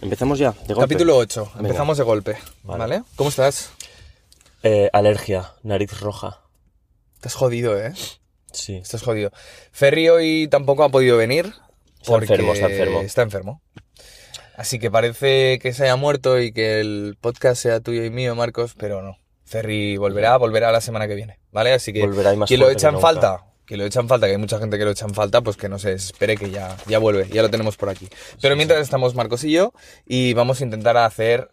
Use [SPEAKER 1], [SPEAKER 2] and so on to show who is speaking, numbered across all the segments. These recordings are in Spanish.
[SPEAKER 1] Empezamos ya, de golpe.
[SPEAKER 2] Capítulo 8.
[SPEAKER 1] Venga.
[SPEAKER 2] Empezamos de golpe. Vale.
[SPEAKER 1] Vale.
[SPEAKER 2] ¿Cómo estás?
[SPEAKER 1] Eh, alergia, nariz roja.
[SPEAKER 2] Estás jodido, ¿eh?
[SPEAKER 1] Sí.
[SPEAKER 2] Estás jodido. Ferry hoy tampoco ha podido venir. porque
[SPEAKER 1] enfermo, está enfermo.
[SPEAKER 2] Está enfermo. Así que parece que se haya muerto y que el podcast sea tuyo y mío, Marcos, pero no. Ferry volverá, volverá la semana que viene, ¿vale? Así que
[SPEAKER 1] Volverá y más
[SPEAKER 2] quien lo
[SPEAKER 1] fuerte que
[SPEAKER 2] echa en
[SPEAKER 1] nunca.
[SPEAKER 2] falta, que lo echa en falta, que hay mucha gente que lo echa en falta, pues que no se desespere que ya, ya vuelve, ya lo tenemos por aquí. Pero mientras estamos Marcos y yo y vamos a intentar hacer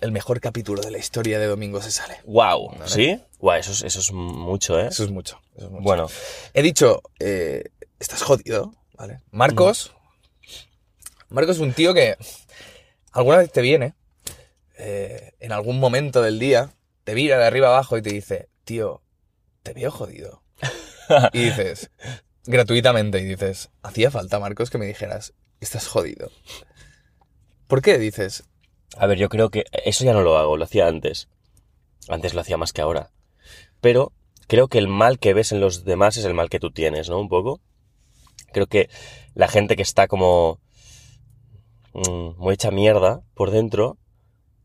[SPEAKER 2] el mejor capítulo de la historia de Domingo se sale.
[SPEAKER 1] Wow. ¿Sí? Wow, eso es, eso es mucho, ¿eh?
[SPEAKER 2] Eso es mucho. Eso es mucho.
[SPEAKER 1] Bueno,
[SPEAKER 2] He dicho, eh, estás jodido, ¿vale? Marcos. Marcos es un tío que alguna vez te viene, eh, en algún momento del día, te mira de arriba abajo y te dice, tío, te veo jodido. Y dices, gratuitamente, y dices, hacía falta, Marcos, que me dijeras, estás jodido. ¿Por qué? Dices,
[SPEAKER 1] a ver, yo creo que eso ya no lo hago, lo hacía antes. Antes lo hacía más que ahora. Pero creo que el mal que ves en los demás es el mal que tú tienes, ¿no? Un poco. Creo que la gente que está como mm, muy hecha mierda por dentro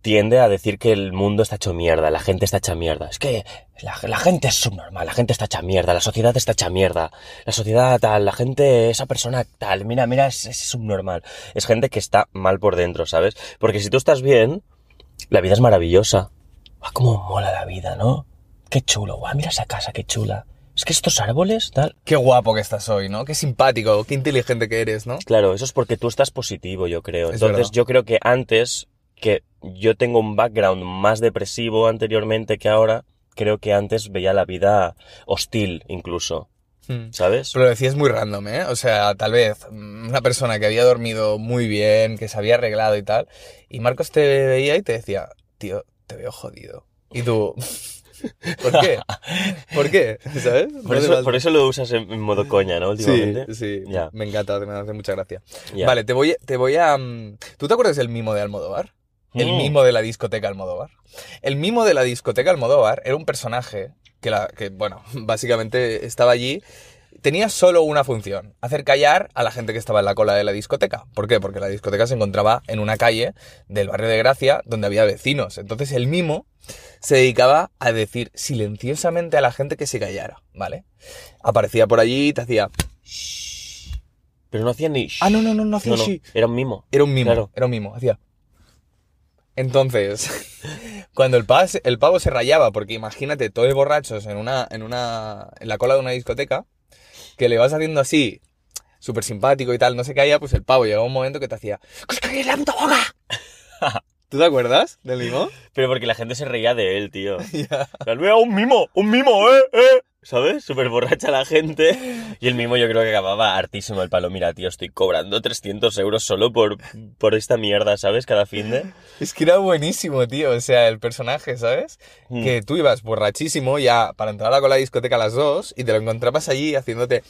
[SPEAKER 1] tiende a decir que el mundo está hecho mierda, la gente está hecha mierda. Es que la, la gente es subnormal, la gente está hecha mierda, la sociedad está hecha mierda, la sociedad tal, la gente, esa persona tal, mira, mira, es, es subnormal. Es gente que está mal por dentro, ¿sabes? Porque si tú estás bien, la vida es maravillosa. Ah, cómo mola la vida, ¿no? Qué chulo, guau, mira esa casa, qué chula. Es que estos árboles, tal.
[SPEAKER 2] qué guapo que estás hoy, ¿no? Qué simpático, qué inteligente que eres, ¿no?
[SPEAKER 1] Claro, eso es porque tú estás positivo, yo creo.
[SPEAKER 2] Es
[SPEAKER 1] Entonces,
[SPEAKER 2] verdad.
[SPEAKER 1] yo creo que antes, que yo tengo un background más depresivo anteriormente que ahora, creo que antes veía la vida hostil, incluso.
[SPEAKER 2] Mm.
[SPEAKER 1] ¿Sabes?
[SPEAKER 2] Pero lo decías muy random, ¿eh? O sea, tal vez mm, una persona que había dormido muy bien, que se había arreglado y tal, y Marcos te veía y te decía, tío, te veo jodido. Y tú, ¿por qué? ¿Por qué? ¿Sabes?
[SPEAKER 1] Por
[SPEAKER 2] No te
[SPEAKER 1] eso,
[SPEAKER 2] vas-
[SPEAKER 1] por eso lo usas en en modo coña, ¿no?
[SPEAKER 2] Sí,
[SPEAKER 1] Últimamente.
[SPEAKER 2] sí.
[SPEAKER 1] Ya.
[SPEAKER 2] Me encanta, me hace mucha gracia.
[SPEAKER 1] Ya.
[SPEAKER 2] Vale, te voy, te voy a... mm, ¿Tú te acuerdas del mimo de Almodóvar? El
[SPEAKER 1] Mm.
[SPEAKER 2] mimo de la discoteca Almodóvar. El mimo de la discoteca Almodóvar era un personaje que, la, que, bueno, básicamente estaba allí. Tenía solo una función, hacer callar a la gente que estaba en la cola de la discoteca. ¿Por qué? Porque la discoteca se encontraba en una calle del barrio de Gracia donde había vecinos. Entonces el mimo se dedicaba a decir silenciosamente a la gente que se callara, ¿vale? Aparecía por allí y te hacía...
[SPEAKER 1] Pero no hacía ni... shh.
[SPEAKER 2] Ah, no, no, no, no hacía
[SPEAKER 1] No, no,
[SPEAKER 2] así.
[SPEAKER 1] Era un mimo.
[SPEAKER 2] Era un mimo,
[SPEAKER 1] Claro.
[SPEAKER 2] era un mimo, hacía. Entonces, cuando el, pas- el pavo se rayaba, porque imagínate, todos borrachos en una, en una. en la cola de una discoteca, que le vas haciendo así, súper simpático y tal, no se caía, pues el pavo llegaba un momento que te hacía. "¡Que os calléis la puta boca!". ¿Tú te acuerdas del mimo?
[SPEAKER 1] Pero porque la gente se reía de él, tío.
[SPEAKER 2] Ya.
[SPEAKER 1] Tal vez un mimo, un mimo, eh, eh. ¿Sabes? Súper borracha la gente. Y el mimo yo creo que acababa hartísimo el palo. Mira, tío, estoy cobrando 300 euros solo por, por esta mierda, ¿sabes? Cada fin de...
[SPEAKER 2] Es que era buenísimo, tío. O sea, el personaje, ¿sabes?
[SPEAKER 1] Mm.
[SPEAKER 2] Que tú ibas borrachísimo ya para entrar a la cola de discoteca a las dos y te lo encontrabas allí haciéndote.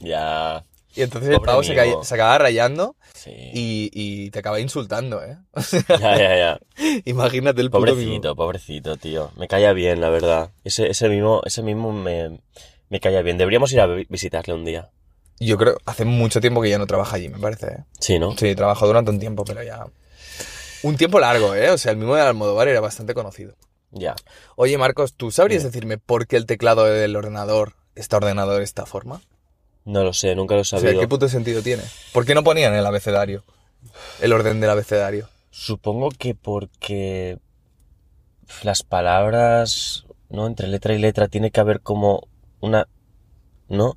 [SPEAKER 1] Mm, Ya...
[SPEAKER 2] Y entonces el
[SPEAKER 1] Pobre
[SPEAKER 2] pavo se, caía-
[SPEAKER 1] mimo.
[SPEAKER 2] se acababa rayando.
[SPEAKER 1] Sí.
[SPEAKER 2] y, y te acaba insultando, ¿eh?
[SPEAKER 1] Ya, ya, ya.
[SPEAKER 2] Imagínate el puto mimo.
[SPEAKER 1] Pobrecito, pobrecito, tío. Me caía bien, la verdad. Ese, ese mimo, ese mimo me, me caía bien. Deberíamos ir a vi- visitarle un día.
[SPEAKER 2] Yo creo, hace mucho tiempo que ya no trabaja allí, me parece. ¿eh?
[SPEAKER 1] Sí, ¿no?
[SPEAKER 2] Sí, trabajó durante un tiempo, pero ya... Un tiempo largo, ¿eh? O sea, el mimo de Almodóvar era bastante conocido.
[SPEAKER 1] Ya.
[SPEAKER 2] Oye, Marcos, ¿tú sabrías decirme por qué el teclado del ordenador está ordenado de esta forma?
[SPEAKER 1] No lo sé, nunca lo he
[SPEAKER 2] O sea,
[SPEAKER 1] sabido.
[SPEAKER 2] ¿qué puto sentido tiene? ¿Por qué no ponían el abecedario? El orden del abecedario.
[SPEAKER 1] Supongo que porque las palabras, ¿no? Entre letra y letra tiene que haber como una... ¿No?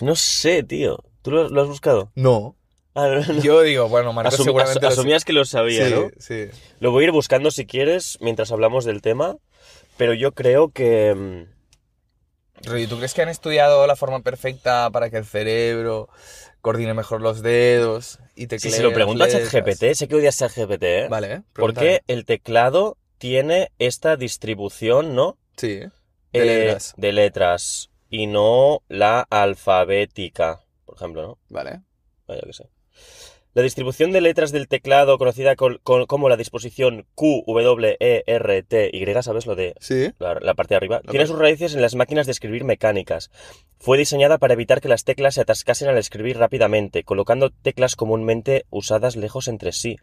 [SPEAKER 1] No sé, tío. ¿Tú lo, lo has buscado?
[SPEAKER 2] No.
[SPEAKER 1] Ah, no, no.
[SPEAKER 2] Yo digo, bueno, Marcos
[SPEAKER 1] Asum-
[SPEAKER 2] seguramente...
[SPEAKER 1] as-
[SPEAKER 2] lo-
[SPEAKER 1] asumías que lo sabía,
[SPEAKER 2] sí,
[SPEAKER 1] ¿no?
[SPEAKER 2] sí.
[SPEAKER 1] Lo voy a ir buscando si quieres mientras hablamos del tema, pero yo creo que... mm,
[SPEAKER 2] Rollo, ¿tú crees que han estudiado la forma perfecta para que el cerebro coordine mejor los dedos y te
[SPEAKER 1] Si se lo pregunto a ChatGPT, sé que odias ChatGPT, ¿eh?
[SPEAKER 2] Vale, ¿eh?
[SPEAKER 1] ¿Por
[SPEAKER 2] Pregúntale.
[SPEAKER 1] qué el teclado tiene esta distribución, ¿no?
[SPEAKER 2] Sí. De
[SPEAKER 1] eh,
[SPEAKER 2] letras.
[SPEAKER 1] de letras y no la alfabética, por ejemplo, ¿no?
[SPEAKER 2] Vale.
[SPEAKER 1] Vaya que sé. La distribución de letras del teclado, conocida col- con- como la disposición Q, W, E, R, T, Y, ¿sabes lo de
[SPEAKER 2] Sí.
[SPEAKER 1] la, la parte de arriba?
[SPEAKER 2] La
[SPEAKER 1] Tiene
[SPEAKER 2] parte-
[SPEAKER 1] sus raíces en las máquinas de escribir mecánicas. Fue diseñada para evitar que las teclas se atascasen al escribir rápidamente, colocando teclas comúnmente usadas lejos entre sí.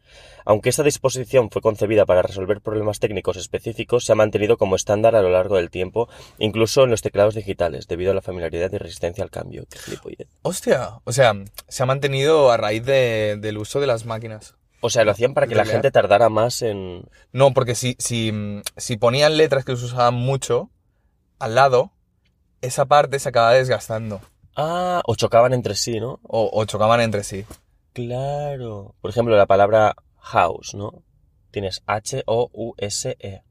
[SPEAKER 1] Aunque esta disposición fue concebida para resolver problemas técnicos específicos, se ha mantenido como estándar a lo largo del tiempo, incluso en los teclados digitales, debido a la familiaridad y resistencia al cambio. Qué gilipollez.
[SPEAKER 2] Hostia, o sea, se ha mantenido a raíz de- del uso de las máquinas.
[SPEAKER 1] O sea, lo hacían para que la
[SPEAKER 2] Leer.
[SPEAKER 1] gente tardara más en...
[SPEAKER 2] No, porque si, si, mm, si ponían letras que se usaban mucho al lado, esa parte se acaba desgastando
[SPEAKER 1] Ah, o chocaban entre sí, ¿no?
[SPEAKER 2] o, o chocaban entre sí.
[SPEAKER 1] Claro. Por ejemplo, la palabra house, ¿no? Tienes H-O-U-S-E.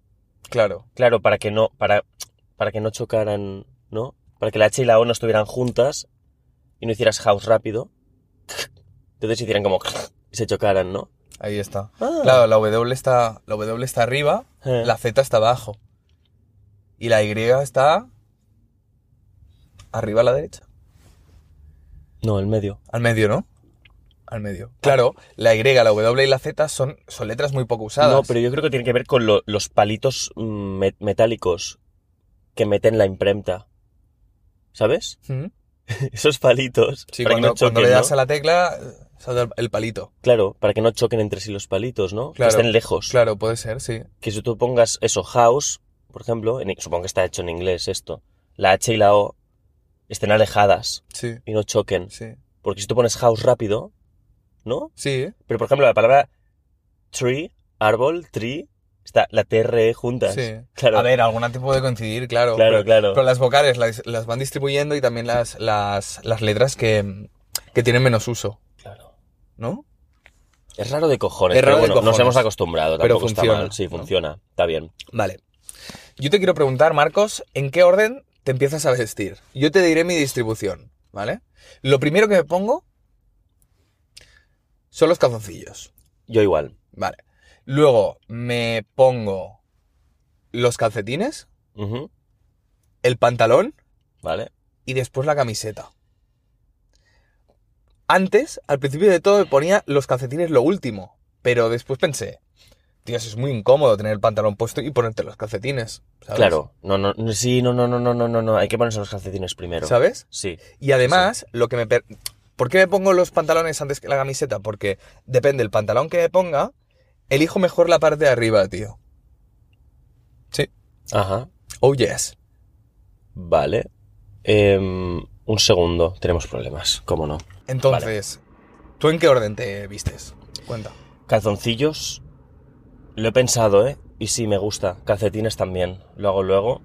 [SPEAKER 2] Claro.
[SPEAKER 1] E. Claro, para que no, para, para que no chocaran, ¿no? Para que la H y la O no estuvieran juntas y no hicieras house rápido. Entonces hicieran como y se chocaran, ¿no?
[SPEAKER 2] Ahí está.
[SPEAKER 1] Ah.
[SPEAKER 2] Claro, la W está, la w está arriba,
[SPEAKER 1] Eh.
[SPEAKER 2] la Z está abajo. Y la Y está arriba a la derecha.
[SPEAKER 1] No, el medio.
[SPEAKER 2] Al medio, ¿no? Al medio. Claro, la Y, la W y la Z son, son letras muy poco usadas.
[SPEAKER 1] No, pero yo creo que tiene que ver con lo- los palitos mm, me- metálicos que meten la imprenta. ¿Sabes?
[SPEAKER 2] ¿Mm?
[SPEAKER 1] Esos palitos.
[SPEAKER 2] Sí,
[SPEAKER 1] para que
[SPEAKER 2] cuando,
[SPEAKER 1] no choquen,
[SPEAKER 2] cuando le
[SPEAKER 1] ¿no?
[SPEAKER 2] das a la tecla, salta el- el palito.
[SPEAKER 1] Claro, para que no choquen entre sí los palitos, ¿no?
[SPEAKER 2] Claro,
[SPEAKER 1] que estén lejos.
[SPEAKER 2] Claro, puede ser, sí.
[SPEAKER 1] Que si tú pongas eso, house, por ejemplo, en- supongo que está hecho en inglés esto, la H y la O estén alejadas
[SPEAKER 2] Sí,
[SPEAKER 1] y no choquen.
[SPEAKER 2] sí.
[SPEAKER 1] Porque si tú pones house rápido, ¿no?
[SPEAKER 2] Sí, ¿eh?
[SPEAKER 1] Pero por ejemplo, la palabra tree, árbol, tree, está la TRE juntas.
[SPEAKER 2] sí.
[SPEAKER 1] Claro,
[SPEAKER 2] A ver, alguna te puede coincidir, claro.
[SPEAKER 1] Claro,
[SPEAKER 2] pero,
[SPEAKER 1] claro.
[SPEAKER 2] Pero las vocales las, las van distribuyendo y también las, las, las letras que, que tienen menos uso,
[SPEAKER 1] claro.
[SPEAKER 2] ¿no?
[SPEAKER 1] Es raro de cojones,
[SPEAKER 2] Es
[SPEAKER 1] pero
[SPEAKER 2] raro de
[SPEAKER 1] bueno, nos
[SPEAKER 2] cojones.
[SPEAKER 1] hemos acostumbrado,
[SPEAKER 2] Pero
[SPEAKER 1] tampoco está
[SPEAKER 2] funciona,
[SPEAKER 1] mal. Sí,
[SPEAKER 2] ¿no?
[SPEAKER 1] funciona, está bien.
[SPEAKER 2] Vale. Yo te quiero preguntar, Marcos, ¿en qué orden te empiezas a vestir? Yo te diré mi distribución, ¿vale? Lo primero que me pongo son los calzoncillos,
[SPEAKER 1] Yo igual.
[SPEAKER 2] ¿vale? Luego me pongo los calcetines,
[SPEAKER 1] Ujú,
[SPEAKER 2] el pantalón
[SPEAKER 1] Vale.
[SPEAKER 2] y después la camiseta. Antes, al principio de todo, me ponía los calcetines lo último, pero después pensé, Dios, es muy incómodo tener el pantalón puesto y ponerte los calcetines, ¿sabes?
[SPEAKER 1] Claro. No, no, no, sí, no, no, no, no, no, no, no. Hay que ponerse los calcetines primero.
[SPEAKER 2] ¿Sabes?
[SPEAKER 1] Sí.
[SPEAKER 2] Y además, lo que me... per- ¿Por qué me pongo los pantalones antes que la camiseta? Porque depende del pantalón que me ponga, elijo mejor la parte de arriba, tío.
[SPEAKER 1] Ajá.
[SPEAKER 2] Oh, yes.
[SPEAKER 1] Vale. Em, un segundo, tenemos problemas, cómo no.
[SPEAKER 2] Entonces, ¿tú en qué orden te vistes? Cuenta.
[SPEAKER 1] Calzoncillos, lo he pensado, ¿eh? Y sí, me gusta. Calcetines también, lo hago luego.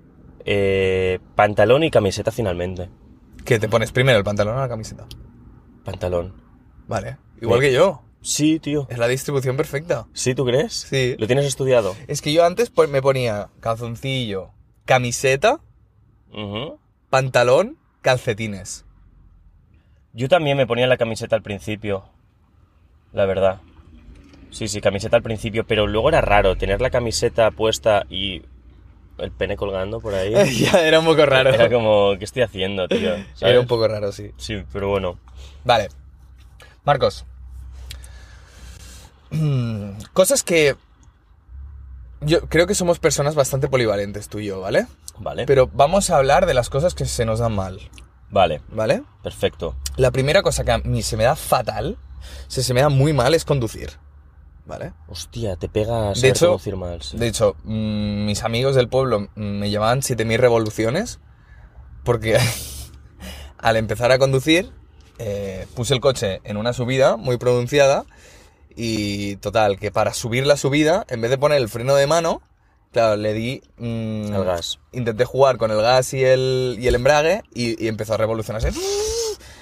[SPEAKER 1] Eh, pantalón y camiseta finalmente.
[SPEAKER 2] ¿Que te pones primero el pantalón o la camiseta?
[SPEAKER 1] Pantalón.
[SPEAKER 2] Vale. Igual
[SPEAKER 1] Sí.
[SPEAKER 2] que yo.
[SPEAKER 1] Sí, tío.
[SPEAKER 2] Es la distribución perfecta.
[SPEAKER 1] ¿Sí, tú crees?
[SPEAKER 2] Sí.
[SPEAKER 1] ¿Lo tienes estudiado?
[SPEAKER 2] Es que yo antes pues, me ponía calzoncillo, camiseta,
[SPEAKER 1] Ujú.
[SPEAKER 2] pantalón, calcetines.
[SPEAKER 1] Yo también me ponía la camiseta al principio, la verdad. Sí, sí, camiseta al principio, pero luego era raro tener la camiseta puesta y el pene colgando por ahí.
[SPEAKER 2] ya era un poco raro.
[SPEAKER 1] Era como, ¿qué estoy haciendo, tío?
[SPEAKER 2] Era
[SPEAKER 1] ¿Sabes?
[SPEAKER 2] un poco raro, sí.
[SPEAKER 1] Sí, pero bueno.
[SPEAKER 2] Vale. Marcos. Mm, Cosas que... Yo creo que somos personas bastante polivalentes tú y yo, ¿vale?
[SPEAKER 1] Vale.
[SPEAKER 2] Pero vamos a hablar de las cosas que se nos dan mal,
[SPEAKER 1] Vale,
[SPEAKER 2] ¿vale?
[SPEAKER 1] perfecto.
[SPEAKER 2] La primera cosa que a mí se me da fatal, se, se me da muy mal, es conducir, ¿vale?
[SPEAKER 1] Hostia, te pegas
[SPEAKER 2] De hecho-
[SPEAKER 1] conducir mal. sí.
[SPEAKER 2] De hecho, mm, mis amigos del pueblo mm, me llamaban 7000 revoluciones porque al empezar a conducir eh, puse el coche en una subida muy pronunciada y total, que para subir la subida, en vez de poner el freno de mano, claro, le di... mm,
[SPEAKER 1] Al gas.
[SPEAKER 2] Intenté jugar con el gas y el, y el embrague y, y empezó a revolucionarse.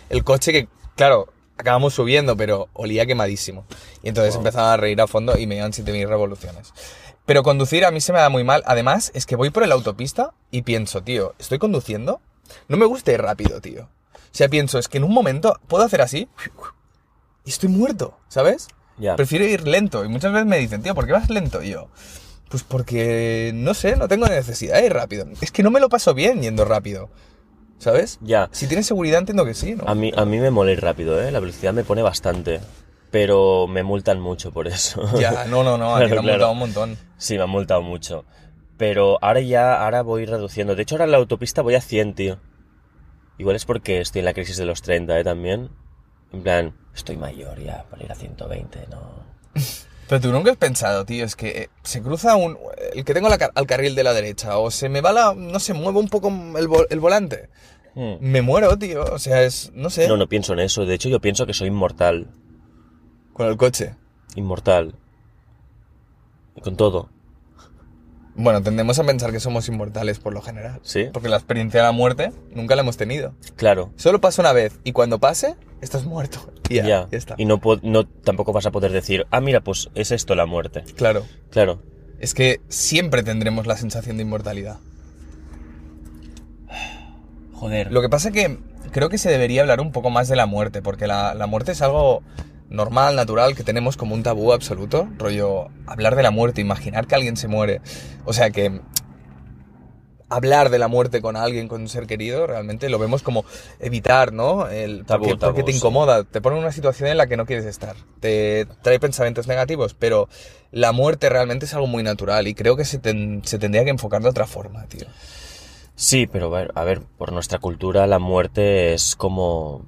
[SPEAKER 2] El coche que, claro, acabamos subiendo, pero olía quemadísimo. Y entonces
[SPEAKER 1] Wow.
[SPEAKER 2] empezaba a reír a fondo y me iban 7000 revoluciones. Pero conducir a mí se me da muy mal. Además, es que voy por la autopista y pienso, tío, ¿estoy conduciendo? No me gusta ir rápido, tío. O sea, pienso, es que en un momento puedo hacer así y estoy muerto, ¿sabes?
[SPEAKER 1] Ya.
[SPEAKER 2] Prefiero ir lento. Y muchas veces me dicen, tío, ¿por qué vas lento? Y yo, pues porque, no sé, no tengo necesidad de ir rápido. Es que no me lo paso bien yendo rápido, ¿sabes?
[SPEAKER 1] Ya.
[SPEAKER 2] Si tienes seguridad, entiendo que sí, ¿no?
[SPEAKER 1] A mí, a mí me mola ir rápido, ¿eh? La velocidad me pone bastante. Pero me multan mucho por eso.
[SPEAKER 2] Ya, no, no, no, a
[SPEAKER 1] Claro,
[SPEAKER 2] ti te han multado
[SPEAKER 1] claro.
[SPEAKER 2] un montón.
[SPEAKER 1] sí, me han multado mucho. Pero ahora ya, ahora voy reduciendo. De hecho, ahora en la autopista voy a 100, tío. Igual es porque estoy en la crisis de los 30, ¿eh? También. En plan, estoy mayor ya para ir a 120, no.
[SPEAKER 2] Pero tú nunca has pensado, tío, es que eh, se cruza un, el que tengo la car- al carril de la derecha o se me va la... no se mueve un poco el, vo- el volante.
[SPEAKER 1] Hmm.
[SPEAKER 2] Me muero, tío. O sea, es... no sé.
[SPEAKER 1] No, no pienso en eso. De hecho, yo pienso que soy inmortal.
[SPEAKER 2] Con el coche.
[SPEAKER 1] Inmortal. Y con todo.
[SPEAKER 2] Bueno, tendemos a pensar que somos inmortales por lo general.
[SPEAKER 1] Sí.
[SPEAKER 2] Porque la experiencia de la muerte nunca la hemos tenido.
[SPEAKER 1] Claro.
[SPEAKER 2] Solo pasa una vez y cuando pase, estás muerto. Y ya, ya está.
[SPEAKER 1] Y no, po- no tampoco vas a poder decir, ah, mira, pues es esto la muerte.
[SPEAKER 2] Claro.
[SPEAKER 1] Claro.
[SPEAKER 2] Es que siempre tendremos la sensación de inmortalidad.
[SPEAKER 1] Joder.
[SPEAKER 2] Lo que pasa que creo que se debería hablar un poco más de la muerte, porque la, la muerte es algo normal, natural, que tenemos como un tabú absoluto. Rollo, hablar de la muerte, imaginar que alguien se muere. O sea que hablar de la muerte con alguien, con un ser querido, realmente lo vemos como evitar, ¿no? El,
[SPEAKER 1] Tabú,
[SPEAKER 2] porque, porque
[SPEAKER 1] tabú,
[SPEAKER 2] te
[SPEAKER 1] sí.
[SPEAKER 2] incomoda, te pone en una situación en la que no quieres estar, te trae pensamientos negativos, pero la muerte realmente es algo muy natural y creo que se, ten- se tendría que enfocar de otra forma, tío.
[SPEAKER 1] Sí, pero a ver, a ver, por nuestra cultura la muerte es como...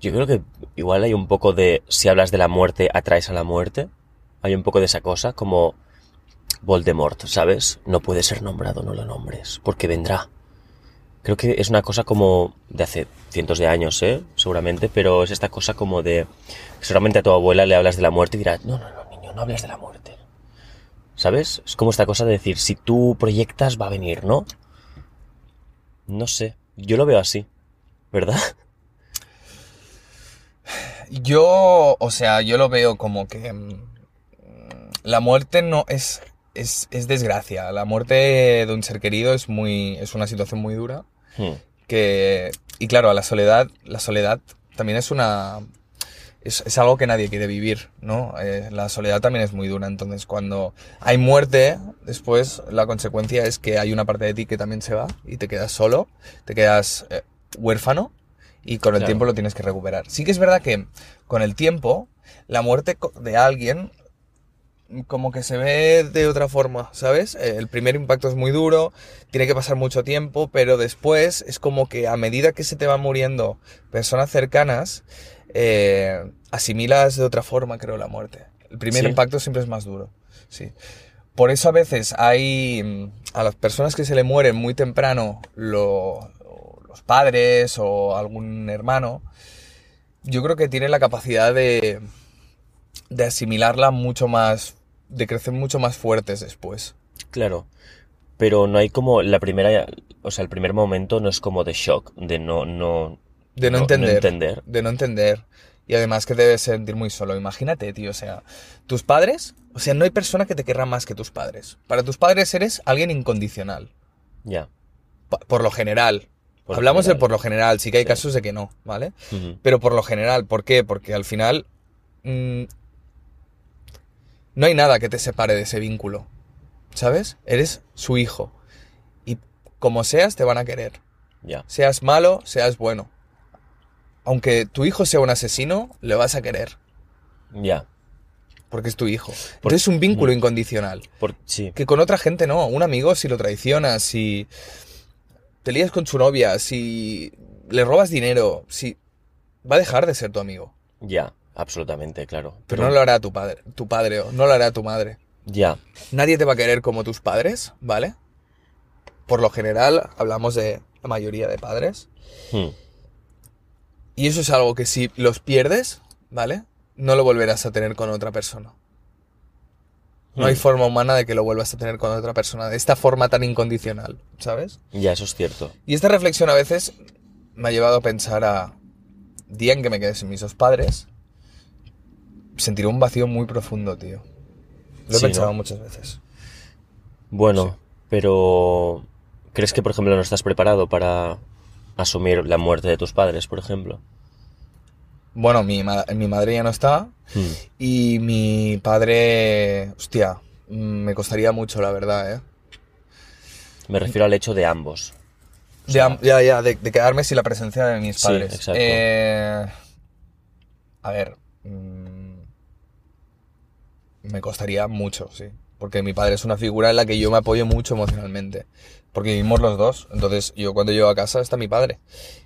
[SPEAKER 1] Yo creo que igual hay un poco de, si hablas de la muerte, atraes a la muerte. Hay un poco de esa cosa, como Voldemort, ¿sabes? No puede ser nombrado, no lo nombres, porque vendrá. Creo que es una cosa como de hace cientos de años, ¿eh? Seguramente, pero es esta cosa como de... Seguramente a tu abuela le hablas de la muerte y dirá, no, no, no, niño, no hables de la muerte. ¿Sabes? Es como esta cosa de decir, si tú proyectas, va a venir, ¿no? No sé, yo lo veo así, ¿verdad?
[SPEAKER 2] Yo, o sea, yo lo veo como que mm, la muerte no es, es, es desgracia. La muerte de un ser querido es muy, es una situación muy dura.
[SPEAKER 1] Hmm,
[SPEAKER 2] Que, y claro, a la soledad, la soledad también es una, es, es algo que nadie quiere vivir, ¿no? Eh, la soledad también es muy dura. Entonces, cuando hay muerte, después la consecuencia es que hay una parte de ti que también se va y te quedas solo, te quedas eh, huérfano y con el
[SPEAKER 1] Claro.
[SPEAKER 2] tiempo lo tienes que recuperar. Sí que es verdad que con el tiempo la muerte co- de alguien como que se ve de otra forma, ¿sabes? Eh, El primer impacto es muy duro, tiene que pasar mucho tiempo, pero después es como que a medida que se te van muriendo personas cercanas, eh, asimilas de otra forma, creo, la muerte. El primer
[SPEAKER 1] Sí.
[SPEAKER 2] impacto siempre es más duro, sí. Por eso a veces hay mm, a las personas que se le mueren muy temprano lo- los padres o algún hermano, yo creo que tienen la capacidad de, de asimilarla mucho más, de crecer mucho más fuertes después.
[SPEAKER 1] claro. Pero no hay como la primera, o sea, el primer momento no es como de shock, de no, no,
[SPEAKER 2] De no,
[SPEAKER 1] No- no
[SPEAKER 2] entender,
[SPEAKER 1] entender.
[SPEAKER 2] De no entender. Y además que te debes sentir muy solo. Imagínate, tío, o sea, tus padres, o sea, no hay persona que te querrá más que tus padres. Para tus padres eres alguien incondicional.
[SPEAKER 1] ya.
[SPEAKER 2] pa- Por lo general.
[SPEAKER 1] Por lo
[SPEAKER 2] Hablamos
[SPEAKER 1] general.
[SPEAKER 2] del por lo general, sí que hay
[SPEAKER 1] Sí.
[SPEAKER 2] casos de que no, ¿vale?
[SPEAKER 1] Ujú.
[SPEAKER 2] Pero por lo general, ¿por qué? Porque al final mm, no hay nada que te separe de ese vínculo, ¿sabes? Eres su hijo. Y como seas, te van a querer.
[SPEAKER 1] Ya,
[SPEAKER 2] Seas malo, seas bueno. Aunque tu hijo sea un asesino, le vas a querer,
[SPEAKER 1] ya.
[SPEAKER 2] porque es tu hijo.
[SPEAKER 1] Por-
[SPEAKER 2] Entonces es un vínculo incondicional.
[SPEAKER 1] Por, sí,
[SPEAKER 2] Que con otra gente no. Un amigo, si lo traicionas, si te lías con su novia, si le robas dinero, si. Va a dejar de ser tu amigo.
[SPEAKER 1] ya, absolutamente, claro.
[SPEAKER 2] Pero no lo hará tu padre, tu padre o no lo hará tu madre.
[SPEAKER 1] Ya,
[SPEAKER 2] Nadie te va a querer como tus padres, ¿vale? Por lo general, hablamos de la mayoría de padres.
[SPEAKER 1] hmm,
[SPEAKER 2] Y eso es algo que si los pierdes, ¿vale? No lo volverás a tener con otra persona. No hay
[SPEAKER 1] Hmm.
[SPEAKER 2] forma humana de que lo vuelvas a tener con otra persona, de esta forma tan incondicional, ¿sabes?
[SPEAKER 1] ya, eso es cierto.
[SPEAKER 2] Y esta reflexión a veces me ha llevado a pensar a día en que me quedé sin mis dos padres, sentiré un vacío muy profundo, tío. Lo he
[SPEAKER 1] Sí,
[SPEAKER 2] pensado
[SPEAKER 1] ¿no?
[SPEAKER 2] muchas veces.
[SPEAKER 1] Bueno, pero ¿crees que, por ejemplo, no estás preparado para asumir la muerte de tus padres, por ejemplo?
[SPEAKER 2] Bueno, mi, ma- mi madre ya no está
[SPEAKER 1] Hmm.
[SPEAKER 2] y mi padre, hostia, mm, me costaría mucho, la verdad, ¿eh?
[SPEAKER 1] Me refiero al hecho de ambos.
[SPEAKER 2] Ya, ya, ya, de, de quedarme sin la presencia de mis
[SPEAKER 1] Sí,
[SPEAKER 2] padres.
[SPEAKER 1] exacto.
[SPEAKER 2] Eh, a ver. mm, me costaría mucho, sí. porque mi padre es una figura en la que yo me apoyo mucho emocionalmente, porque vivimos los dos, entonces yo cuando llego a casa está mi padre,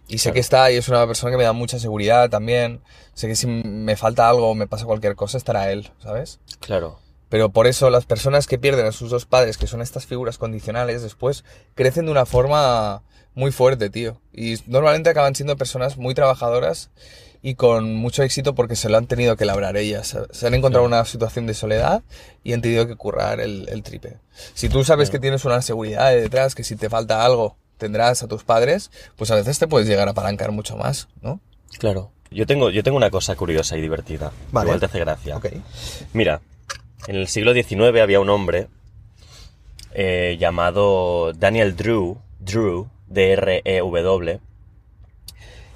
[SPEAKER 2] y sé
[SPEAKER 1] Claro.
[SPEAKER 2] que está, y es una persona que me da mucha seguridad también, sé que si me falta algo o me pasa cualquier cosa estará él, ¿sabes?
[SPEAKER 1] Claro.
[SPEAKER 2] Pero por eso las personas que pierden a sus dos padres, que son estas figuras condicionales, después crecen de una forma muy fuerte, tío. Y normalmente acaban siendo personas muy trabajadoras y con mucho éxito porque se lo han tenido que labrar ellas. Se- Se han encontrado una situación de soledad y han tenido que currar el, el tripe. Si tú sabes que tienes una seguridad de detrás, que si te falta algo tendrás a tus padres, pues a veces te puedes llegar a apalancar mucho más, ¿no?
[SPEAKER 1] Claro. Yo tengo, yo tengo una cosa curiosa y divertida.
[SPEAKER 2] Vale.
[SPEAKER 1] Igual te hace gracia.
[SPEAKER 2] Ok.
[SPEAKER 1] Mira, en el siglo XIX había un hombre eh, llamado Daniel Drew, Drew, D-R-E-W,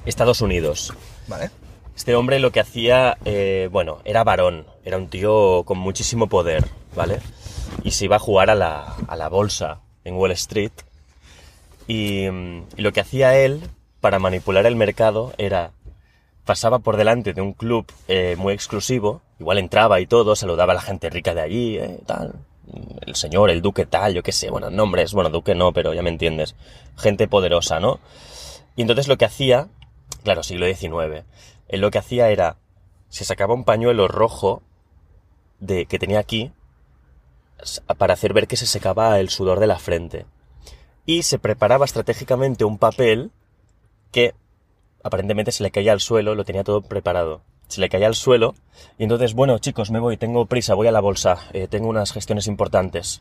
[SPEAKER 1] Estados Unidos.
[SPEAKER 2] Vale.
[SPEAKER 1] Este hombre lo que hacía, eh, bueno, era varón, era un tío con muchísimo poder, ¿vale? Y se iba a jugar a la, a la bolsa en Wall Street. Y, mm, y lo que hacía él para manipular el mercado era, pasaba por delante de un club eh, muy exclusivo, igual entraba y todo, saludaba a la gente rica de allí, eh, tal, mm, el señor, el duque tal, yo qué sé, bueno, nombres, bueno, duque no, pero ya me entiendes, gente poderosa, ¿no? Y entonces lo que hacía, claro, siglo XIX, él lo que hacía era, se sacaba un pañuelo rojo de, que tenía aquí s- para hacer ver que se secaba el sudor de la frente. Y se preparaba estratégicamente un papel que aparentemente se le caía al suelo, lo tenía todo preparado. Se le caía al suelo y entonces, bueno chicos, me voy, tengo prisa, voy a la bolsa, eh, tengo unas gestiones importantes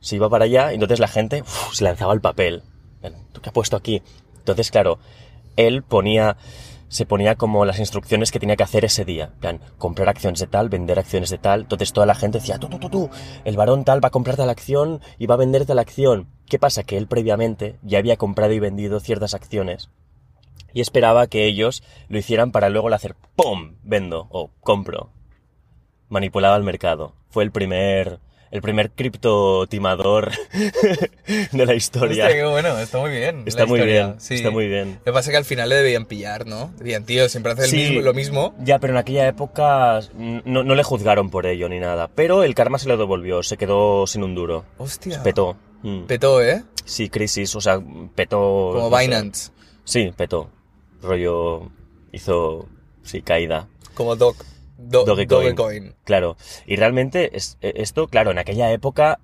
[SPEAKER 1] se iba para allá y entonces la gente uf, se lanzaba el papel. ¿Tú qué has puesto aquí? Entonces, claro, él ponía, se ponía como las instrucciones que tenía que hacer ese día. En plan, comprar acciones de tal, vender acciones de tal. Entonces toda la gente decía, tú, tú, tú, tú, el varón tal va a comprarte la acción y va a venderte la acción. ¿Qué pasa? Que él previamente ya había comprado y vendido ciertas acciones y esperaba que ellos lo hicieran para luego le hacer ¡pum! vendo o compro. Manipulaba el mercado. Fue el primer el primer cripto timador de la historia.
[SPEAKER 2] Hostia, qué bueno, está muy bien. la
[SPEAKER 1] Está muy
[SPEAKER 2] Este, historia,
[SPEAKER 1] bien,
[SPEAKER 2] sí.
[SPEAKER 1] está muy bien.
[SPEAKER 2] Lo que pasa es que al final le debían pillar, ¿no? Debían, tío, siempre hace el
[SPEAKER 1] Sí.
[SPEAKER 2] mismo- lo mismo.
[SPEAKER 1] Ya, pero en aquella época mm, no, no le juzgaron por ello ni nada. Pero el karma se lo devolvió, se quedó sin un duro.
[SPEAKER 2] Hostia.
[SPEAKER 1] Petó. Mm.
[SPEAKER 2] Petó, ¿eh?
[SPEAKER 1] Sí, crisis, o sea, petó.
[SPEAKER 2] Como
[SPEAKER 1] no sé.
[SPEAKER 2] Binance,
[SPEAKER 1] Sí, petó. Rollo hizo, sí, caída.
[SPEAKER 2] como Doc, Do-
[SPEAKER 1] Dogecoin.
[SPEAKER 2] Dogecoin.
[SPEAKER 1] Claro, y realmente es- e- esto, claro, en aquella época,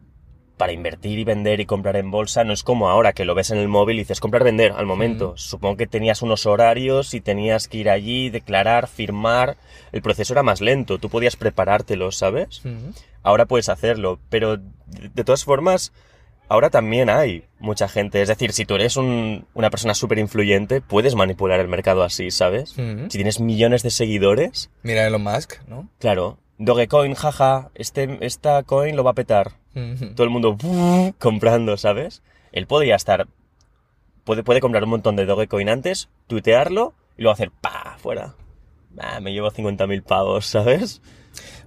[SPEAKER 1] para invertir y vender y comprar en bolsa, no es como ahora que lo ves en el móvil y dices comprar, vender al momento. Supongo que tenías unos horarios y tenías que ir allí, declarar, firmar. El proceso era más lento, tú podías preparártelo, ¿sabes?
[SPEAKER 2] Ujú.
[SPEAKER 1] Ahora puedes hacerlo, pero de, de todas formas, ahora también hay mucha gente. Es decir, si tú eres un- una persona súper influyente, puedes manipular el mercado así, ¿sabes?
[SPEAKER 2] Ujú.
[SPEAKER 1] Si tienes millones de seguidores,
[SPEAKER 2] Mira Elon Musk, ¿no?
[SPEAKER 1] Claro. Dogecoin, jaja, este, esta coin lo va a petar.
[SPEAKER 2] Ujú.
[SPEAKER 1] Todo el mundo ¡buh! comprando, ¿sabes? Él podría estar... Puede, puede comprar un montón de Dogecoin antes, tuitearlo y luego hacer pa fuera. Ah, me llevo 50.000 pavos, ¿sabes?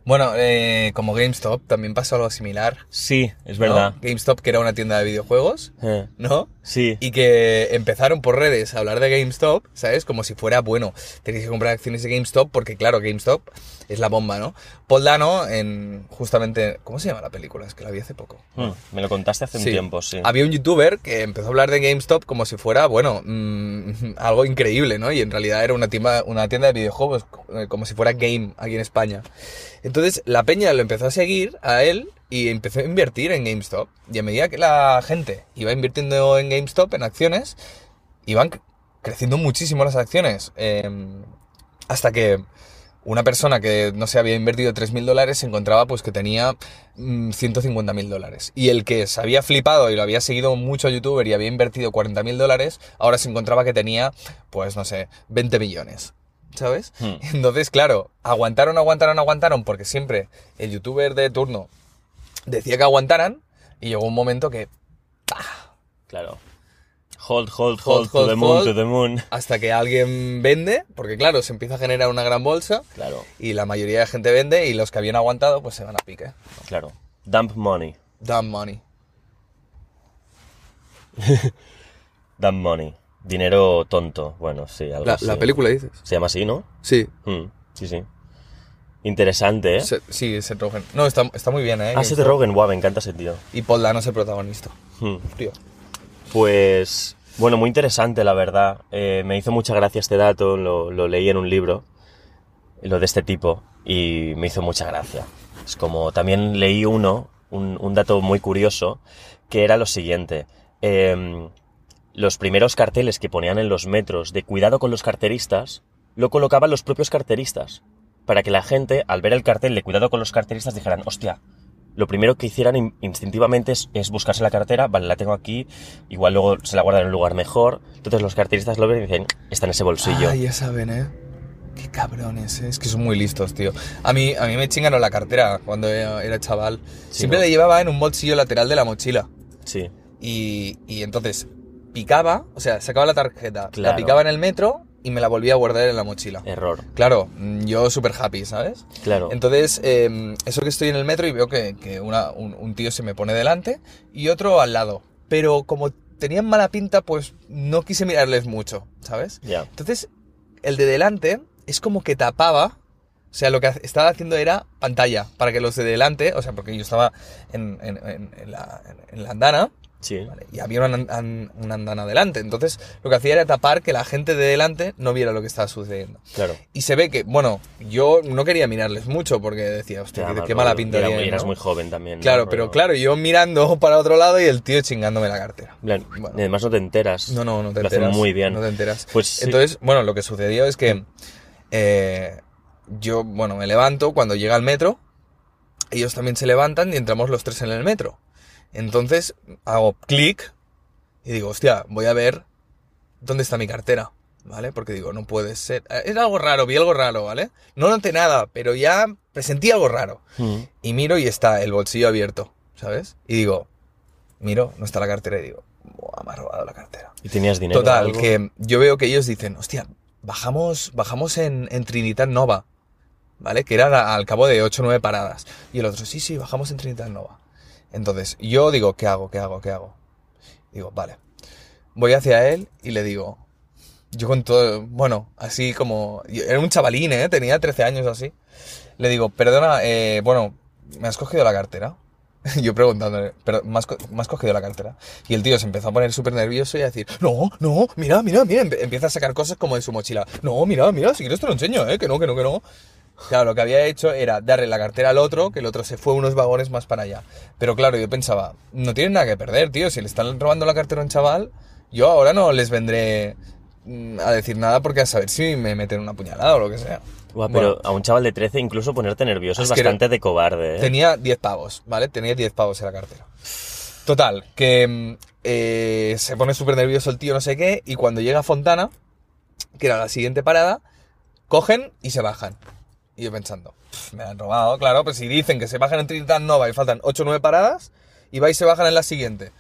[SPEAKER 2] Bueno, eh, como GameStop también pasó algo similar.
[SPEAKER 1] Sí, es
[SPEAKER 2] ¿no?
[SPEAKER 1] verdad.
[SPEAKER 2] GameStop, que era una tienda de videojuegos,
[SPEAKER 1] Eh,
[SPEAKER 2] ¿no?
[SPEAKER 1] sí,
[SPEAKER 2] Y que empezaron por redes a hablar de GameStop, ¿sabes? Como si fuera, bueno, tenéis que comprar acciones de GameStop porque, claro, GameStop es la bomba, ¿no? Paul Dano, en justamente, ¿cómo se llama la película? Es que la vi hace poco.
[SPEAKER 1] Mm, me lo contaste hace un
[SPEAKER 2] Sí.
[SPEAKER 1] tiempo, sí.
[SPEAKER 2] Había un youtuber que empezó a hablar de GameStop como si fuera, bueno, mm, algo increíble, ¿no? Y en realidad era una tienda, una tienda de videojuegos, eh, como si fuera Game aquí en España. Entonces la peña lo empezó a seguir a él y empezó a invertir en GameStop. Y a medida que la gente iba invirtiendo en GameStop, en acciones, iban cre- creciendo muchísimo las acciones. eh, hasta que una persona que no se había invertido 3.000 dólares se encontraba pues que tenía mm, 150.000 dólares. Y el que se había flipado y lo había seguido mucho a youtuber y había invertido 40.000 dólares, ahora se encontraba que tenía, pues no sé, 20 millones. ¿Sabes?
[SPEAKER 1] Hmm.
[SPEAKER 2] Entonces, claro, aguantaron, aguantaron, aguantaron, porque siempre el youtuber de turno decía que aguantaran y llegó un momento que
[SPEAKER 1] Claro. Hold, hold, hold,
[SPEAKER 2] Hold,
[SPEAKER 1] to
[SPEAKER 2] hold,
[SPEAKER 1] the moon,
[SPEAKER 2] hold.
[SPEAKER 1] to the moon.
[SPEAKER 2] hasta que alguien vende, porque claro, se empieza a generar una gran bolsa
[SPEAKER 1] Claro,
[SPEAKER 2] y la mayoría de gente vende y los que habían aguantado pues se van a pique.
[SPEAKER 1] claro. Dump money,
[SPEAKER 2] Damn money.
[SPEAKER 1] dump money. Dinero tonto, bueno, sí, algo así.
[SPEAKER 2] película dices.
[SPEAKER 1] Se llama así, ¿no?
[SPEAKER 2] Sí.
[SPEAKER 1] Mm, Hmm, sí, sí. Interesante, ¿eh?
[SPEAKER 2] Se- sí, Seth Rogen. No, está, está muy bien, ¿eh?
[SPEAKER 1] ah, Seth Rogen, guau, me encanta ese tío.
[SPEAKER 2] Y Paul Dano es el protagonista.
[SPEAKER 1] Hmm.
[SPEAKER 2] Tío.
[SPEAKER 1] Pues, bueno, muy interesante, la verdad. Eh, me hizo mucha gracia este dato, lo, lo leí en un libro, lo de este tipo, y me hizo mucha gracia. Es como, también leí uno, un, un dato muy curioso, que era lo siguiente. Em, los primeros carteles que ponían en los metros de cuidado con los carteristas, lo colocaban los propios carteristas. Para que la gente, al ver el cartel de cuidado con los carteristas, dijeran, hostia, lo primero que hicieran in- instintivamente es, es buscarse la cartera, vale, la tengo aquí, igual luego se la guardan en un lugar mejor. Entonces los carteristas lo ven y dicen, está en ese bolsillo.
[SPEAKER 2] Ah, ya saben, ¿eh? Qué cabrones, ¿eh? es que son muy listos, tío. A mí, a mí me chingaron la cartera cuando era era chaval.
[SPEAKER 1] Sí,
[SPEAKER 2] Siempre
[SPEAKER 1] ¿no?
[SPEAKER 2] la llevaba en un bolsillo lateral de la mochila.
[SPEAKER 1] Sí,
[SPEAKER 2] Y, y entonces picaba, o sea, sacaba la tarjeta, la
[SPEAKER 1] Claro. Eh.
[SPEAKER 2] picaba en el metro y me la volvía a guardar en la mochila.
[SPEAKER 1] error,
[SPEAKER 2] Claro, mm, yo súper happy, ¿sabes?
[SPEAKER 1] claro.
[SPEAKER 2] Entonces, eh, eso que estoy en el metro y veo que, que una- un, un tío se me pone delante y otro al lado. Pero como tenían mala pinta, pues no quise mirarles mucho, ¿sabes?
[SPEAKER 1] Ya,
[SPEAKER 2] Entonces, el de delante es como que tapaba. O sea, lo que ha- estaba haciendo era pantalla, para que los de delante, o sea, porque yo estaba en, en- en- en la, en la andana,
[SPEAKER 1] sí.
[SPEAKER 2] ¿vale? y había una, an- an- una andana delante, entonces lo que hacía era tapar que la gente de delante no viera lo que estaba sucediendo.
[SPEAKER 1] Claro.
[SPEAKER 2] Y se ve que, bueno, yo no quería mirarles mucho porque decía, hostia,
[SPEAKER 1] Ya,
[SPEAKER 2] qué,
[SPEAKER 1] mal
[SPEAKER 2] qué mala
[SPEAKER 1] rollo.
[SPEAKER 2] pinta
[SPEAKER 1] Era-
[SPEAKER 2] tienen,
[SPEAKER 1] Eras
[SPEAKER 2] ¿no?
[SPEAKER 1] muy joven también. ¿no?
[SPEAKER 2] Claro, pero
[SPEAKER 1] Rollo-
[SPEAKER 2] claro, yo mirando para otro lado y el tío chingándome la cartera.
[SPEAKER 1] En plan,
[SPEAKER 2] Bueno.
[SPEAKER 1] Además no te enteras.
[SPEAKER 2] No, no, no te
[SPEAKER 1] Lo hacen
[SPEAKER 2] enteras.
[SPEAKER 1] muy bien.
[SPEAKER 2] No te enteras.
[SPEAKER 1] Pues sí.
[SPEAKER 2] Entonces, bueno, lo que sucedió es que eh, yo, bueno, me levanto cuando llega el metro, ellos también se levantan y entramos los tres en el metro. Entonces hago clic y digo, hostia, voy a ver dónde está mi cartera, ¿vale? Porque digo, no puede ser. Eh, Era algo raro, vi algo raro, ¿vale? No noté nada, pero ya presentí algo raro.
[SPEAKER 1] Mm.
[SPEAKER 2] Y miro y está el bolsillo abierto, ¿sabes? Y digo, miro, no está la cartera y digo, Buah, me ha robado la cartera.
[SPEAKER 1] Y tenías dinero. o
[SPEAKER 2] Total,
[SPEAKER 1] algo?
[SPEAKER 2] que yo veo que ellos dicen, hostia, bajamos, bajamos en, en Trinidad Nova, ¿vale? Que era la- al cabo de 8 o 9 paradas. Y el otro, sí, sí, bajamos en Trinidad Nova. Entonces, yo digo, ¿qué hago? ¿Qué hago? ¿Qué hago? Digo, vale. Voy hacia él y le digo, yo con todo, bueno, así como, yo era un chavalín, ¿eh? Tenía 13 años o así. Le digo, perdona, eh, bueno, ¿me has cogido la cartera? Yo preguntándole, pero ¿me has, co- me has cogido la cartera? Y el tío se empezó a poner súper nervioso y a decir, no, no, mira, mira, mira, Empe- empieza a sacar cosas como de su mochila. No, mira, mira, si quieres te lo enseño, ¿eh? Que no, que no, que no. Claro, lo que había hecho era darle la cartera al otro, que el otro se fue unos vagones más para allá. Pero claro, yo pensaba, no tienen nada que perder, tío, si le están robando la cartera a un chaval, yo ahora no les vendré mm, a decir nada porque a saber si me meten una puñalada o lo que sea.
[SPEAKER 1] Buah,
[SPEAKER 2] Bueno.
[SPEAKER 1] pero a un chaval de 13 incluso ponerte nervioso es,
[SPEAKER 2] Es que era-
[SPEAKER 1] bastante de cobarde, ¿eh?
[SPEAKER 2] Tenía 10 pavos, ¿vale? Tenía 10 pavos en la cartera. Total, que mm, eh, se pone súper nervioso el tío, no sé qué, y cuando llega a Fontana, que era la siguiente parada, cogen y se bajan. Y yo pensando, "Pff, me la han robado, claro, pues si dicen que se bajan en Trinidad Nova y faltan 8 o 9 paradas, y vais y se bajan en la siguiente.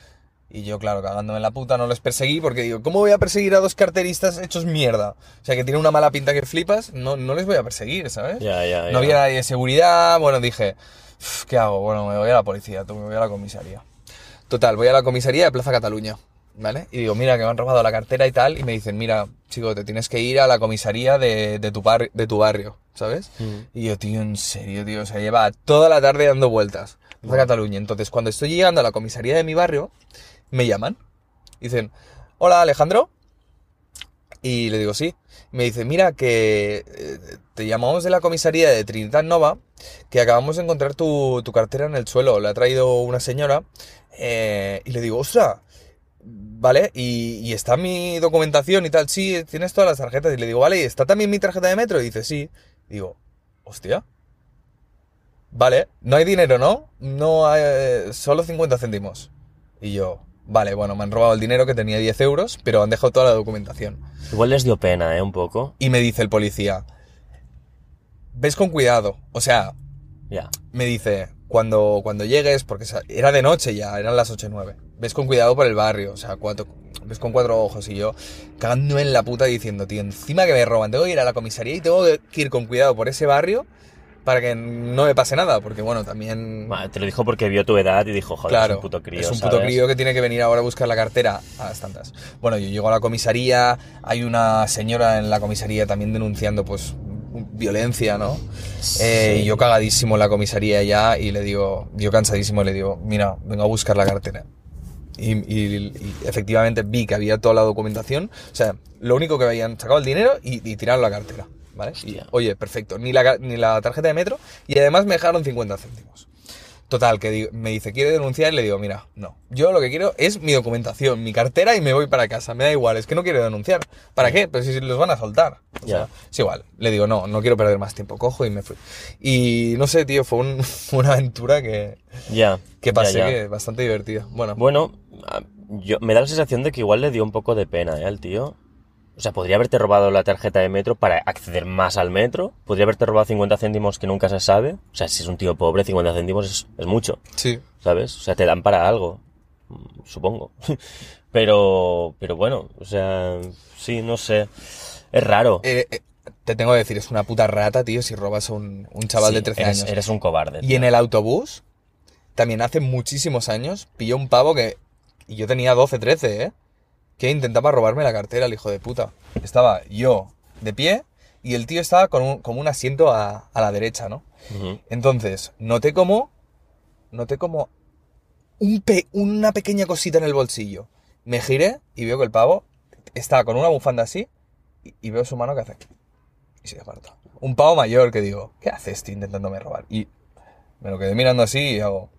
[SPEAKER 2] Y yo, claro, cagándome en la puta, no les perseguí porque digo, ¿cómo voy a perseguir a dos carteristas hechos mierda? O sea, que tienen una mala pinta que flipas, no, no les voy a perseguir, ¿sabes?
[SPEAKER 1] Ya, ya, ya.
[SPEAKER 2] No había nadie de seguridad. Bueno, dije, "Uf, ¿qué hago? Bueno, me voy a la policía, tú me voy a la comisaría. Total, voy a la comisaría de Plaza Cataluña, ¿vale? Y digo, mira, que me han robado la cartera y tal. Y me dicen, mira, chico, te tienes que ir a la comisaría de, de tu, bar- de tu barrio, ¿sabes?
[SPEAKER 1] Mm.
[SPEAKER 2] Y yo, tío, en serio, tío, se lleva toda la tarde dando vueltas. Plaza Cataluña. Entonces, cuando estoy llegando a la comisaría de mi barrio, me llaman. Dicen, hola Alejandro. Y le digo, sí. Me dice, mira, que eh, te llamamos de la comisaría de Trinidad Nova, que acabamos de encontrar tu, tu cartera en el suelo. La ha traído una señora. Eh, y le digo, ostras, ¿vale? Y, y está mi documentación y tal. Sí, tienes todas las tarjetas. Y le digo, vale, ¿y está también mi tarjeta de metro? Y dice, sí. digo, hostia. Vale, no hay dinero, ¿no? No hay, eh, solo 50 céntimos. Y yo, vale, bueno, me han robado el dinero que tenía 10 euros, pero han dejado toda la documentación.
[SPEAKER 1] Igual les dio pena, ¿eh? Un poco.
[SPEAKER 2] Y me dice el policía, ves con cuidado. O sea,
[SPEAKER 1] Ya.
[SPEAKER 2] me dice, cuando, cuando llegues, porque sa- era de noche ya, eran las 8 y 9, ves con cuidado por el barrio, o sea, cuatro, ves con cuatro ojos y yo cagándome en la puta diciendo, tío, encima que me roban, tengo que ir a la comisaría y tengo que ir con cuidado por ese barrio para que no me pase nada, porque bueno, también...
[SPEAKER 1] Bueno, Te lo dijo porque vio tu edad y dijo, joder,
[SPEAKER 2] Mm. Claro,
[SPEAKER 1] es un puto crío.
[SPEAKER 2] es un
[SPEAKER 1] ¿sabes?
[SPEAKER 2] puto crío que tiene que venir ahora a buscar la cartera a las tantas. Bueno, yo llego a la comisaría, hay una señora en la comisaría también denunciando pues violencia, ¿no? Eh, y yo cagadísimo en la comisaría ya y le digo, yo cansadísimo le digo, mira, vengo a buscar la cartera. Y, y- y efectivamente vi que había toda la documentación. O sea, lo único que habían sacado el dinero y, y tiraron la cartera. ¿Vale? Y,
[SPEAKER 1] Hostia.
[SPEAKER 2] oye, perfecto. Ni la, ca- ni la tarjeta de metro. Y además me dejaron 50 céntimos. Total, que di- me dice, ¿quiere denunciar? Y le digo, mira, no. Yo lo que quiero es mi documentación, mi cartera y me voy para casa. Me da igual, es que no quiero denunciar. ¿Para qué? Pero si los van a soltar. O
[SPEAKER 1] Ya.
[SPEAKER 2] sea, es igual. Le digo, no, no quiero perder más tiempo. Cojo y me fui. Y no sé, tío, fue un- una aventura que,
[SPEAKER 1] Ya.
[SPEAKER 2] que
[SPEAKER 1] ya,
[SPEAKER 2] pasé
[SPEAKER 1] ya.
[SPEAKER 2] que bastante divertida. Bueno,
[SPEAKER 1] Bueno, a- yo, me da la sensación de que igual le dio un poco de pena ¿eh, al tío. O sea, podría haberte robado la tarjeta de metro para acceder más al metro. Podría haberte robado 50 céntimos que nunca se sabe. O sea, si es un tío pobre, 50 céntimos es, es mucho,
[SPEAKER 2] sí.
[SPEAKER 1] ¿sabes? O sea, te dan para algo, mm, supongo. Pero, pero bueno, o sea, sí, no sé. Es raro.
[SPEAKER 2] Eh, eh, te tengo que decir, es una puta rata, tío, si robas a un, un chaval
[SPEAKER 1] Sí,
[SPEAKER 2] de 13
[SPEAKER 1] eres,
[SPEAKER 2] años.
[SPEAKER 1] Eres un cobarde.
[SPEAKER 2] Y
[SPEAKER 1] tío.
[SPEAKER 2] en el autobús, también hace muchísimos años, pilló un pavo que. Y yo tenía 12, 13, ¿eh? Que intentaba robarme la cartera, el hijo de puta. Estaba yo de pie y el tío estaba con un, como un asiento a, a la derecha, ¿no?
[SPEAKER 1] Ujú.
[SPEAKER 2] Entonces, noté como. Noté como. Un pe- una pequeña cosita en el bolsillo. Me giré y veo que el pavo estaba con una bufanda así y, y veo su mano que hace. Y se aparta. Un pavo mayor que digo, ¿qué haces, tío, intentándome robar? Y me lo quedé mirando así y hago.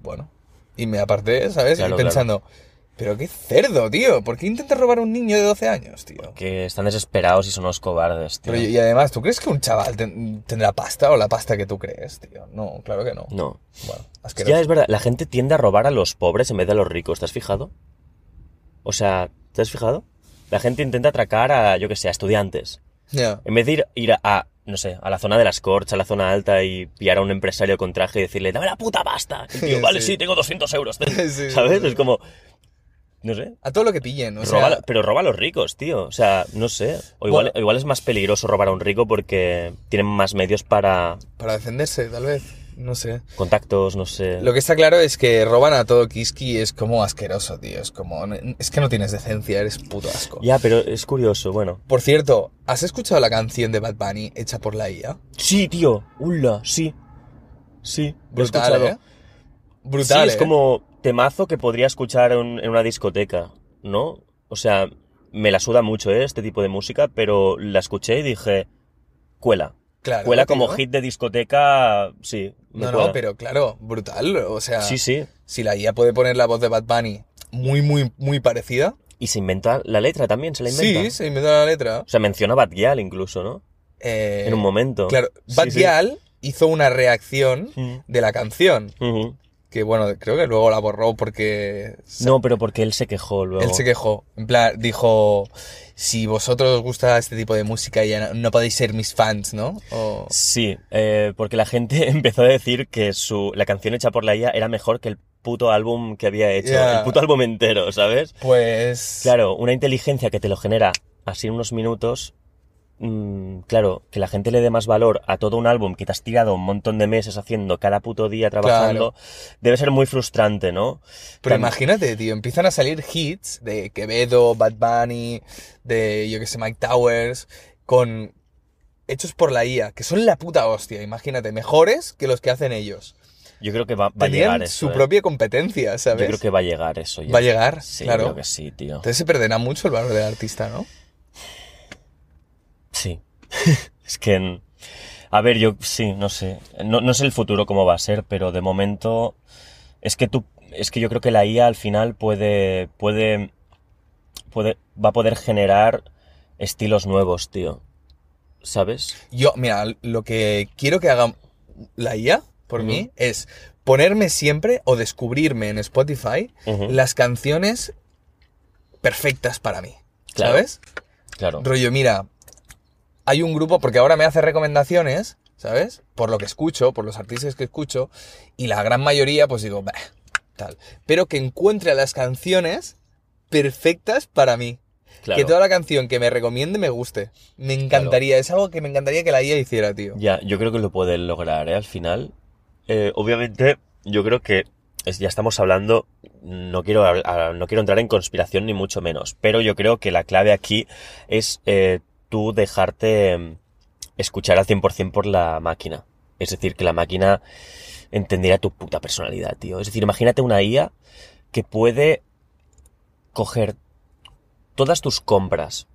[SPEAKER 2] Bueno. Y me aparté, ¿sabes?
[SPEAKER 1] Claro,
[SPEAKER 2] y pensando. Pero qué cerdo, tío. ¿Por qué intentas robar a un niño de 12 años, tío?
[SPEAKER 1] Que están desesperados y son unos cobardes, tío.
[SPEAKER 2] Pero, y y además, ¿tú crees que un chaval ten- tendrá pasta o la pasta que tú crees, tío? No, claro que no.
[SPEAKER 1] No.
[SPEAKER 2] Bueno,
[SPEAKER 1] Ya
[SPEAKER 2] asqueroso.
[SPEAKER 1] es verdad, la gente tiende a robar a los pobres en vez de a los ricos, ¿te has fijado? O sea, ¿te has fijado? La gente intenta atracar a, yo que sé, a estudiantes.
[SPEAKER 2] Ya.
[SPEAKER 1] En vez de ir, ir a, a, no sé, a la zona de las corts, a la zona alta y pillar a un empresario con traje y decirle, dame la puta pasta. Y el tío,
[SPEAKER 2] Sí,
[SPEAKER 1] vale,
[SPEAKER 2] sí.
[SPEAKER 1] sí, tengo 200 euros. ten".
[SPEAKER 2] Sí, sí,
[SPEAKER 1] ¿Sabes?
[SPEAKER 2] sí.
[SPEAKER 1] Es como, no sé.
[SPEAKER 2] A todo lo que pillen, o
[SPEAKER 1] roba-
[SPEAKER 2] sea...
[SPEAKER 1] pero roba a los ricos, tío. O sea, no sé. O igual,
[SPEAKER 2] Bueno.
[SPEAKER 1] o igual es más peligroso robar a un rico porque tienen más medios para
[SPEAKER 2] Para defenderse, tal vez. No sé.
[SPEAKER 1] contactos, no sé.
[SPEAKER 2] Lo que está claro es que roban a todo Kiski y es como asqueroso, tío. Es como... Es que no tienes decencia, eres puto asco.
[SPEAKER 1] Ya, pero es curioso, bueno.
[SPEAKER 2] Por cierto, ¿has escuchado la canción de Bad Bunny hecha por la IA?
[SPEAKER 1] Sí, tío. Hola, sí. Sí, lo he
[SPEAKER 2] Brutal,
[SPEAKER 1] escuchado.
[SPEAKER 2] ¿eh? Brutal,
[SPEAKER 1] sí, es
[SPEAKER 2] ¿eh?
[SPEAKER 1] como temazo que podría escuchar en, en una discoteca, ¿no? O sea, me la suda mucho ¿eh? este tipo de música, pero la escuché y dije, cuela.
[SPEAKER 2] ¿eh? Claro,
[SPEAKER 1] cuela
[SPEAKER 2] tío.
[SPEAKER 1] como hit de discoteca, sí. me
[SPEAKER 2] No,
[SPEAKER 1] cuela.
[SPEAKER 2] no, pero claro, brutal. O sea,
[SPEAKER 1] Sí, sí.
[SPEAKER 2] si la IA puede poner la voz de Bad Bunny muy, muy, muy parecida...
[SPEAKER 1] Y se inventa la letra también, se la inventa.
[SPEAKER 2] Sí, se inventó la letra.
[SPEAKER 1] O sea, menciona a Bad Gyal incluso, ¿no?
[SPEAKER 2] Eh,
[SPEAKER 1] en un momento.
[SPEAKER 2] Claro,
[SPEAKER 1] Sí,
[SPEAKER 2] Bad
[SPEAKER 1] sí.
[SPEAKER 2] Gyal hizo una reacción
[SPEAKER 1] Mm.
[SPEAKER 2] de la canción,
[SPEAKER 1] Ujú.
[SPEAKER 2] que bueno, creo que luego la borró porque se-
[SPEAKER 1] No, pero porque él se quejó luego.
[SPEAKER 2] él se quejó. En plan, dijo, si vosotros os gusta este tipo de música ya no, no podéis ser mis fans, ¿no? O-
[SPEAKER 1] Sí, eh, porque la gente empezó a decir que su, la canción hecha por la IA era mejor que el puto álbum que había hecho,
[SPEAKER 2] Ya.
[SPEAKER 1] el puto álbum entero, ¿sabes?
[SPEAKER 2] Pues...
[SPEAKER 1] Claro, una inteligencia que te lo genera así en unos minutos, mm, claro, que la gente le dé más valor a todo un álbum que te has tirado un montón de meses haciendo cada puto día trabajando, debe ser muy frustrante, ¿no?
[SPEAKER 2] Pero
[SPEAKER 1] Tam-
[SPEAKER 2] imagínate, tío, empiezan a salir hits de Quevedo, Bad Bunny, de yo que sé, Mike Towers, con hechos por la IA, que son la puta hostia, imagínate, mejores que los que hacen ellos.
[SPEAKER 1] Yo creo que va, va a llegar
[SPEAKER 2] Tendrían
[SPEAKER 1] eso.
[SPEAKER 2] su
[SPEAKER 1] ¿eh?
[SPEAKER 2] propia competencia,
[SPEAKER 1] Yo
[SPEAKER 2] ¿sabes?
[SPEAKER 1] creo que va a llegar eso. ya.
[SPEAKER 2] Va a llegar,
[SPEAKER 1] Sí,
[SPEAKER 2] claro.
[SPEAKER 1] creo que sí, tío.
[SPEAKER 2] Entonces se perderá mucho el valor del artista, ¿no?
[SPEAKER 1] Sí. es que. mm, A ver, yo sí, no sé. No, no sé el futuro cómo va a ser, pero de momento. Es que tú. Es que yo creo que la IA al final puede. puede. puede va a poder generar estilos nuevos, tío. ¿Sabes?
[SPEAKER 2] Yo, mira, lo que quiero que haga la IA por
[SPEAKER 1] Ujú.
[SPEAKER 2] mí es ponerme siempre o descubrirme en Spotify
[SPEAKER 1] Ujú.
[SPEAKER 2] las canciones perfectas para mí,
[SPEAKER 1] Claro.
[SPEAKER 2] ¿sabes?
[SPEAKER 1] Claro.
[SPEAKER 2] Rollo, mira, hay un grupo, porque ahora me hace recomendaciones, ¿sabes? Por lo que escucho, por los artistas que escucho, y la gran mayoría, pues digo, "Bah", tal. Pero que encuentre las canciones perfectas para mí.
[SPEAKER 1] claro.
[SPEAKER 2] Que toda la canción que me recomiende me guste. Me encantaría, es algo que me encantaría que la IA hiciera, tío.
[SPEAKER 1] Ya, yo creo que lo pueden lograr, ¿eh? Al final. Eh, obviamente, yo creo que es- ya estamos hablando. No quiero, habl- a- no quiero entrar en conspiración ni mucho menos. Pero yo creo que la clave aquí es eh, tú dejarte mm, escuchar al 100% por la máquina. Es decir, que la máquina entendiera tu puta personalidad, tío. Es decir, imagínate una IA que puede coger todas tus compras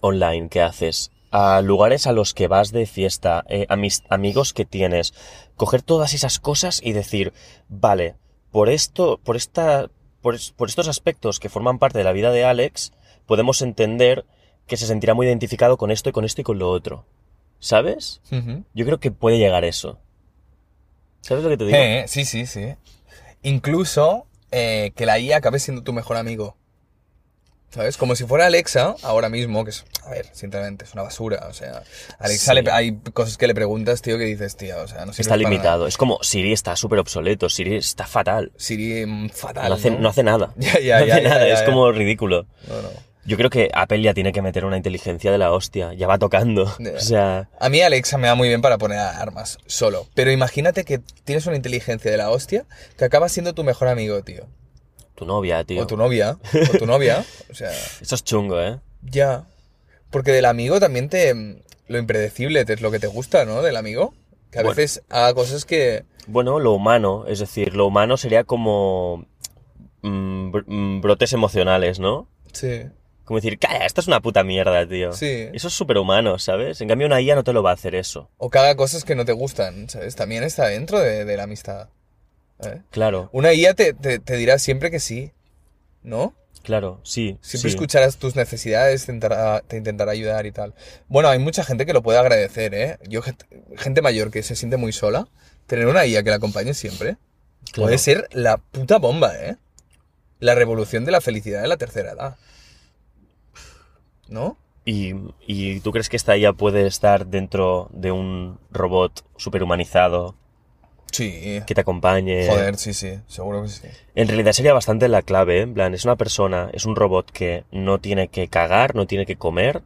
[SPEAKER 1] online que haces, a lugares a los que vas de fiesta, eh, a mis amigos que tienes, coger todas esas cosas y decir, vale, por esto, por esta, por, es- por estos aspectos que forman parte de la vida de Alex, podemos entender que se sentirá muy identificado con esto y con esto y con lo otro. ¿Sabes?
[SPEAKER 2] Ujú.
[SPEAKER 1] Yo creo que puede llegar eso. ¿Sabes lo que te digo?
[SPEAKER 2] Eh, sí, sí, sí. Incluso eh, que la IA acabe siendo tu mejor amigo. ¿Sabes? Como si fuera Alexa ahora mismo, que es, a ver, sinceramente, es una basura. O sea, Alexa
[SPEAKER 1] Sí.
[SPEAKER 2] le- hay cosas que le preguntas, tío, que dices, tío, o sea, no sé.
[SPEAKER 1] Está limitado. Es como Siri está súper obsoleto. Siri está fatal.
[SPEAKER 2] Siri mm, fatal.
[SPEAKER 1] No hace,
[SPEAKER 2] ¿no?
[SPEAKER 1] no hace nada.
[SPEAKER 2] Ya, ya,
[SPEAKER 1] no
[SPEAKER 2] ya,
[SPEAKER 1] hace
[SPEAKER 2] ya,
[SPEAKER 1] nada.
[SPEAKER 2] ya,
[SPEAKER 1] es
[SPEAKER 2] ya.
[SPEAKER 1] como ridículo.
[SPEAKER 2] No, no.
[SPEAKER 1] Yo creo que Apple ya tiene que meter una inteligencia de la hostia. Ya va tocando.
[SPEAKER 2] Ya.
[SPEAKER 1] O sea,
[SPEAKER 2] A mí Alexa me da muy bien para poner armas, solo. Pero imagínate que tienes una inteligencia de la hostia que acaba siendo tu mejor amigo, tío.
[SPEAKER 1] tu novia, tío.
[SPEAKER 2] O tu novia. O tu novia. O sea,
[SPEAKER 1] Eso es chungo, ¿eh?
[SPEAKER 2] ya. Porque del amigo también te... mm, Lo impredecible te- es lo que te gusta, ¿no? Del amigo. Que a
[SPEAKER 1] Bueno.
[SPEAKER 2] veces haga cosas que...
[SPEAKER 1] Bueno, lo humano. Es decir, lo humano sería como mm, br- mm, brotes emocionales, ¿no?
[SPEAKER 2] Sí.
[SPEAKER 1] Como decir, calla, esto es una puta mierda, tío.
[SPEAKER 2] Sí.
[SPEAKER 1] Eso es súper humano, ¿sabes? En cambio, una IA no te lo va a hacer eso.
[SPEAKER 2] O que haga cosas que no te gustan, ¿sabes? También está dentro de, de la amistad. ¿eh?
[SPEAKER 1] Claro,
[SPEAKER 2] Una guía te, te- te dirá siempre que sí, ¿no?
[SPEAKER 1] claro, sí.
[SPEAKER 2] Siempre
[SPEAKER 1] sí.
[SPEAKER 2] escucharás tus necesidades, te intentará, te intentará ayudar y tal. Bueno, hay mucha gente que lo puede agradecer, ¿eh? Yo, gente- gente mayor que se siente muy sola, tener una guía que la acompañe siempre
[SPEAKER 1] Claro.
[SPEAKER 2] puede ser la puta bomba, ¿eh? La revolución de la felicidad de la tercera edad. ¿No?
[SPEAKER 1] ¿Y, y tú crees que esta IA puede estar dentro de un robot superhumanizado
[SPEAKER 2] Sí.
[SPEAKER 1] que te acompañe?
[SPEAKER 2] Joder, sí, sí, seguro que sí.
[SPEAKER 1] En realidad sería bastante la clave, ¿eh? en plan, es una persona, es un robot que no tiene que cagar, no tiene que comer,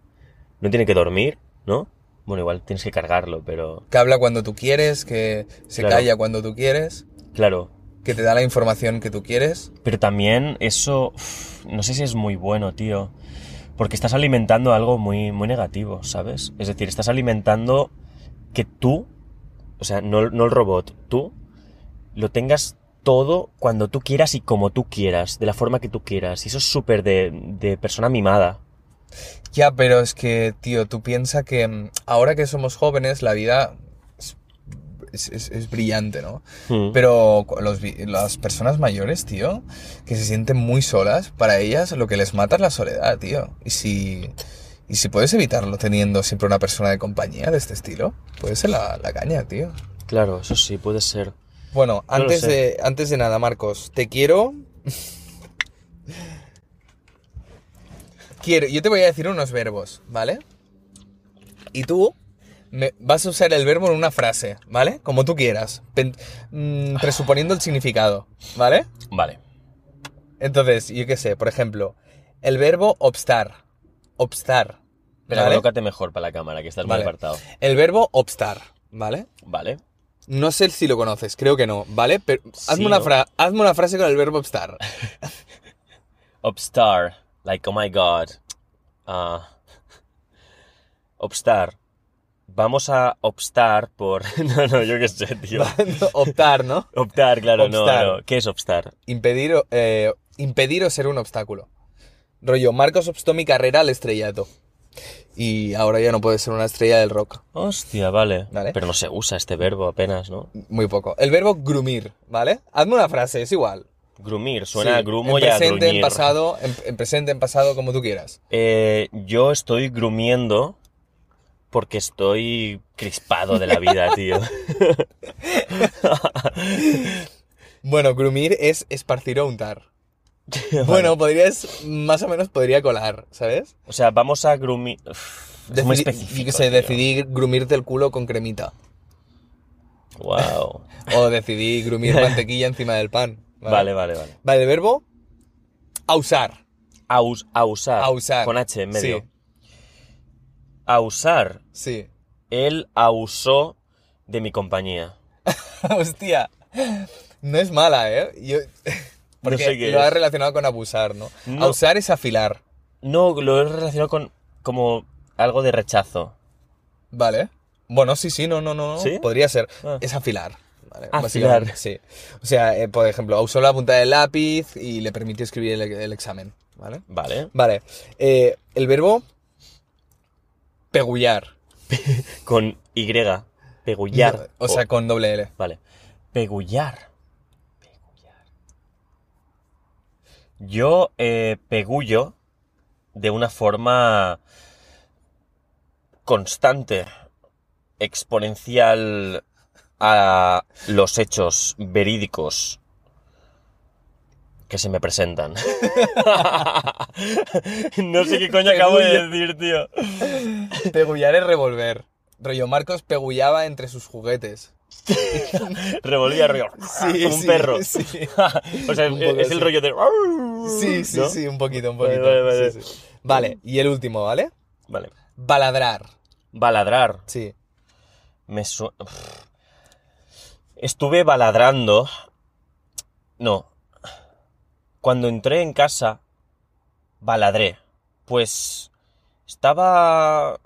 [SPEAKER 1] no tiene que dormir, ¿no? Bueno, igual tienes que cargarlo, pero
[SPEAKER 2] Que habla cuando tú quieres, que se
[SPEAKER 1] Claro.
[SPEAKER 2] calla cuando tú quieres,
[SPEAKER 1] claro.
[SPEAKER 2] que te da la información que tú quieres.
[SPEAKER 1] Pero también eso, uf, no sé si es muy bueno, tío, porque estás alimentando algo muy, muy negativo, ¿sabes? Es decir, estás alimentando que tú, o sea, no, no el robot, tú, lo tengas todo cuando tú quieras y como tú quieras, de la forma que tú quieras. Y eso es súper de, de persona mimada.
[SPEAKER 2] Ya, pero es que, tío, tú piensas que mm, ahora que somos jóvenes, la vida es, es- es- es brillante, ¿no?
[SPEAKER 1] Hmm.
[SPEAKER 2] Pero cu- los vi- las personas mayores, tío, que se sienten muy solas, para ellas lo que les mata es la soledad, tío. Y si, y si puedes evitarlo teniendo siempre una persona de compañía de este estilo, puede ser la, la caña, tío.
[SPEAKER 1] Claro, eso sí, puede ser.
[SPEAKER 2] Bueno,
[SPEAKER 1] No lo
[SPEAKER 2] antes,
[SPEAKER 1] sé.
[SPEAKER 2] de, antes de nada, Marcos, te quiero... quiero... Yo te voy a decir unos verbos, ¿vale? Y tú me- vas a usar el verbo en una frase, ¿vale? Como tú quieras, pen- mm, presuponiendo el significado, ¿vale?
[SPEAKER 1] Vale.
[SPEAKER 2] Entonces, yo qué sé, por ejemplo, el verbo obstar. Obstar.
[SPEAKER 1] Pero
[SPEAKER 2] ¿vale?
[SPEAKER 1] colócate mejor para la cámara, que estás
[SPEAKER 2] Vale.
[SPEAKER 1] muy apartado.
[SPEAKER 2] El verbo obstar, ¿vale?
[SPEAKER 1] Vale.
[SPEAKER 2] No sé si lo conoces, creo que no, ¿vale? Pero
[SPEAKER 1] Sí,
[SPEAKER 2] hazme, una,
[SPEAKER 1] ¿no?
[SPEAKER 2] fra- hazme una frase con el verbo obstar.
[SPEAKER 1] Obstar. Like, oh my god. Ah. Obstar. Vamos a obstar por. No, no, yo qué sé, tío.
[SPEAKER 2] Optar, ¿no?
[SPEAKER 1] Optar, claro, no,
[SPEAKER 2] Obstar.
[SPEAKER 1] no. ¿Qué es obstar?
[SPEAKER 2] Impedir, o- eh, impedir o ser un obstáculo. Rollo, Marcos obstó mi carrera al estrellato. Y ahora ya no puede ser una estrella del rock.
[SPEAKER 1] Hostia, vale.
[SPEAKER 2] Vale.
[SPEAKER 1] Pero no se usa este verbo apenas, ¿no?
[SPEAKER 2] Muy poco. El verbo grumir, ¿vale? Hazme una frase, es igual.
[SPEAKER 1] Grumir, suena
[SPEAKER 2] Sí,
[SPEAKER 1] a grumo
[SPEAKER 2] en
[SPEAKER 1] y a
[SPEAKER 2] presente, en
[SPEAKER 1] gruñir.
[SPEAKER 2] pasado, en- en presente, en pasado, como tú quieras.
[SPEAKER 1] Eh, yo estoy grumiendo porque estoy crispado de la vida, tío.
[SPEAKER 2] Bueno, grumir es esparcir o untar. Bueno, podrías, más o menos podría colar, ¿sabes?
[SPEAKER 1] O sea, vamos a grumir. Uf, Es muy
[SPEAKER 2] Decidi-
[SPEAKER 1] específico.
[SPEAKER 2] Yo qué sé,
[SPEAKER 1] tío.
[SPEAKER 2] decidí grumirte el culo con cremita.
[SPEAKER 1] Wow.
[SPEAKER 2] O decidí grumir mantequilla encima del pan.
[SPEAKER 1] Vale, vale, vale.
[SPEAKER 2] Vale, el verbo ausar.
[SPEAKER 1] A, us- a usar.
[SPEAKER 2] A usar.
[SPEAKER 1] Con H en medio.
[SPEAKER 2] Sí.
[SPEAKER 1] A usar.
[SPEAKER 2] Sí.
[SPEAKER 1] Él abusó de mi compañía.
[SPEAKER 2] Hostia. No es mala, ¿eh? Yo... Porque
[SPEAKER 1] sé qué
[SPEAKER 2] lo has
[SPEAKER 1] es.
[SPEAKER 2] relacionado con abusar, ¿no?
[SPEAKER 1] No.
[SPEAKER 2] Ausar es afilar.
[SPEAKER 1] No, lo he relacionado con como algo de rechazo.
[SPEAKER 2] Vale. Bueno, sí, sí, no, no, no.
[SPEAKER 1] ¿Sí?
[SPEAKER 2] Podría ser.
[SPEAKER 1] Ah.
[SPEAKER 2] Es afilar. ¿vale?
[SPEAKER 1] Afilar.
[SPEAKER 2] Básicamente, Sí. O sea, eh, por ejemplo, usó la punta del lápiz y le permitió escribir el, el examen. ¿Vale?
[SPEAKER 1] Vale.
[SPEAKER 2] Vale. eh, el verbo pegullar.
[SPEAKER 1] Con Y. Pegullar.
[SPEAKER 2] O sea, con doble L.
[SPEAKER 1] Vale. Pegullar. Pegullar. Yo eh, pegullo de una forma constante, exponencial a los hechos verídicos que se me presentan. no sé qué coño acabo de decir, tío.
[SPEAKER 2] Pegullar es revolver. Rollo Marcos pegullaba entre sus juguetes.
[SPEAKER 1] Revolvía rollo.
[SPEAKER 2] Sí,
[SPEAKER 1] Ah, como un
[SPEAKER 2] sí,
[SPEAKER 1] perro.
[SPEAKER 2] sí.
[SPEAKER 1] o sea, eh,
[SPEAKER 2] Un poco
[SPEAKER 1] es el
[SPEAKER 2] así.
[SPEAKER 1] rollo de.
[SPEAKER 2] Sí, sí,
[SPEAKER 1] ¿no?
[SPEAKER 2] sí, un poquito, un
[SPEAKER 1] Vale,
[SPEAKER 2] poquito.
[SPEAKER 1] Mm. vale, vale.
[SPEAKER 2] Sí, sí. Vale, y el último, ¿vale?
[SPEAKER 1] Vale.
[SPEAKER 2] Baladrar.
[SPEAKER 1] Baladrar.
[SPEAKER 2] Sí.
[SPEAKER 1] Me su- Estuve baladrando. No. Cuando entré en casa, baladré. Pues estaba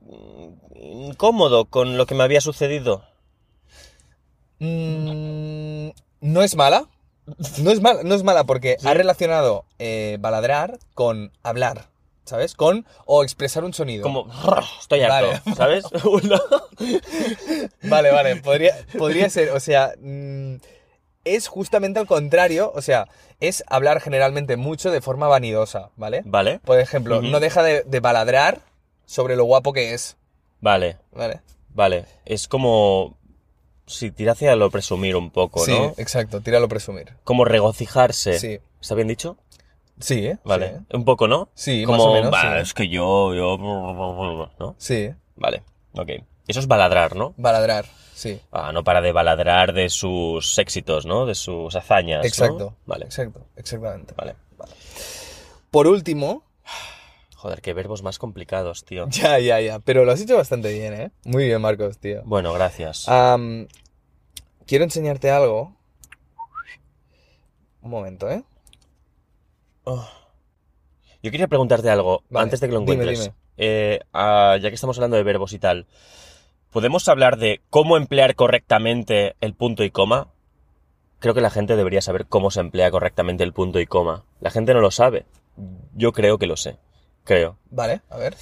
[SPEAKER 1] mm, incómodo con lo que me había sucedido.
[SPEAKER 2] Mm, no es mala. No es mala, no es mala porque
[SPEAKER 1] Sí.
[SPEAKER 2] ha relacionado eh, baladrar con hablar, ¿sabes? Con o expresar un sonido.
[SPEAKER 1] Como estoy harto, ¿sabes? Una-
[SPEAKER 2] Vale, vale, podría, podría ser, o sea, mm, es justamente al contrario, o sea, es hablar generalmente mucho de forma vanidosa, ¿vale?
[SPEAKER 1] Vale,
[SPEAKER 2] Por ejemplo,
[SPEAKER 1] Ujú.
[SPEAKER 2] no deja de, de baladrar sobre lo guapo que es,
[SPEAKER 1] vale,
[SPEAKER 2] ¿vale?
[SPEAKER 1] vale. Es como si tirase a lo presumir un poco,
[SPEAKER 2] sí,
[SPEAKER 1] ¿no?
[SPEAKER 2] exacto, tíralo a presumir.
[SPEAKER 1] Como regocijarse.
[SPEAKER 2] Sí.
[SPEAKER 1] ¿Está bien dicho?
[SPEAKER 2] Sí, ¿eh?
[SPEAKER 1] Vale, un poco, ¿no?
[SPEAKER 2] Sí,
[SPEAKER 1] Como,
[SPEAKER 2] más o menos,
[SPEAKER 1] "Bah,
[SPEAKER 2] sí.
[SPEAKER 1] es que yo, yo, ¿no?
[SPEAKER 2] Sí, sí,
[SPEAKER 1] Vale, ok. Eso es baladrar, ¿no?
[SPEAKER 2] baladrar, sí.
[SPEAKER 1] Ah, no para de baladrar de sus éxitos, ¿no? De sus hazañas, ¿no?
[SPEAKER 2] Exacto.
[SPEAKER 1] Vale,
[SPEAKER 2] Exacto, exactamente.
[SPEAKER 1] vale.
[SPEAKER 2] Por último,
[SPEAKER 1] Joder, qué verbos más complicados, tío.
[SPEAKER 2] ya, ya, ya, pero lo has hecho bastante bien, ¿eh? Muy bien, Marcos, tío.
[SPEAKER 1] Bueno, gracias.
[SPEAKER 2] Am, quiero enseñarte algo. Un momento, ¿eh?
[SPEAKER 1] Oh. Yo quería preguntarte algo
[SPEAKER 2] Vale,
[SPEAKER 1] antes de que lo
[SPEAKER 2] dime,
[SPEAKER 1] encuentres.
[SPEAKER 2] dime.
[SPEAKER 1] Eh, ah, ya que estamos hablando de verbos y tal, ¿podemos hablar de cómo emplear correctamente el punto y coma? Creo que la gente debería saber cómo se emplea correctamente el punto y coma. La gente no lo sabe. Yo creo que lo sé. Creo.
[SPEAKER 2] Vale, a ver.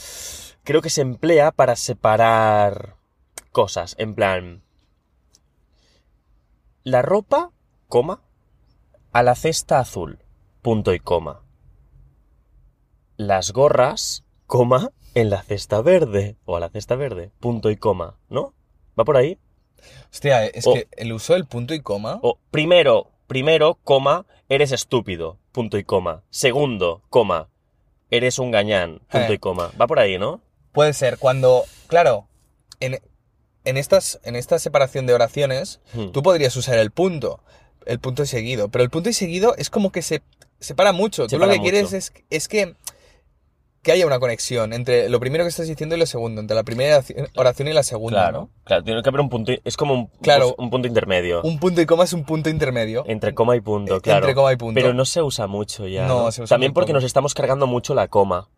[SPEAKER 1] Creo que se emplea para separar cosas. En plan, la ropa, coma, a la cesta azul, punto y coma. Las gorras, coma, en la cesta verde, o a la cesta verde, punto y coma, ¿no? ¿Va por ahí?
[SPEAKER 2] Hostia, es
[SPEAKER 1] Oh.
[SPEAKER 2] que el uso del punto y coma.
[SPEAKER 1] O primero, primero, coma, eres estúpido, punto y coma. Segundo, coma, eres un gañán, punto
[SPEAKER 2] Eh.
[SPEAKER 1] y coma. Va por ahí, ¿no?
[SPEAKER 2] Puede ser cuando. Claro, en, en estas, en esta separación de oraciones,
[SPEAKER 1] Hmm.
[SPEAKER 2] tú podrías usar el punto. El punto y seguido. Pero el punto y seguido es como que se separa mucho. tú
[SPEAKER 1] Separa
[SPEAKER 2] lo que quieres
[SPEAKER 1] mucho.
[SPEAKER 2] es, es que. Que haya una conexión entre lo primero que estás diciendo y lo segundo, entre la primera oraci- oración y la segunda,
[SPEAKER 1] Claro, claro, tiene que haber un punto, es como un,
[SPEAKER 2] Claro.
[SPEAKER 1] un punto intermedio.
[SPEAKER 2] ¿no? Un punto y coma es un punto intermedio.
[SPEAKER 1] Entre coma y punto,
[SPEAKER 2] Eh,
[SPEAKER 1] claro.
[SPEAKER 2] entre coma y punto.
[SPEAKER 1] Pero no se usa mucho ya.
[SPEAKER 2] No,
[SPEAKER 1] ¿no?
[SPEAKER 2] se usa
[SPEAKER 1] También
[SPEAKER 2] muy
[SPEAKER 1] porque
[SPEAKER 2] poco.
[SPEAKER 1] nos estamos cargando mucho la coma.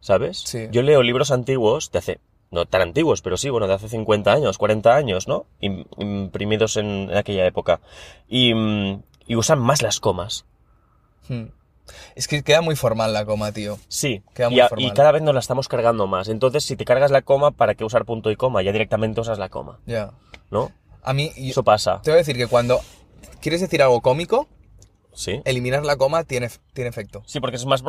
[SPEAKER 1] ¿Sabes?
[SPEAKER 2] Sí.
[SPEAKER 1] Yo leo libros antiguos, de hace, no tan antiguos, pero sí, bueno, de hace 50 años, 40 años, ¿no? Im- Imprimidos en aquella época. Y, mm, y usan más las comas.
[SPEAKER 2] Hmm. Es que queda muy formal la coma, tío.
[SPEAKER 1] Sí,
[SPEAKER 2] Queda
[SPEAKER 1] y,
[SPEAKER 2] muy
[SPEAKER 1] a- y
[SPEAKER 2] formal.
[SPEAKER 1] cada vez nos la estamos cargando más. Entonces, si te cargas la coma, ¿para qué usar punto y coma? Ya directamente usas la coma,
[SPEAKER 2] Ya.
[SPEAKER 1] ¿no?
[SPEAKER 2] A mí, y-
[SPEAKER 1] Eso pasa.
[SPEAKER 2] te voy a decir que cuando quieres decir algo cómico,
[SPEAKER 1] Sí.
[SPEAKER 2] eliminar la coma tiene, tiene efecto.
[SPEAKER 1] Sí, porque es más.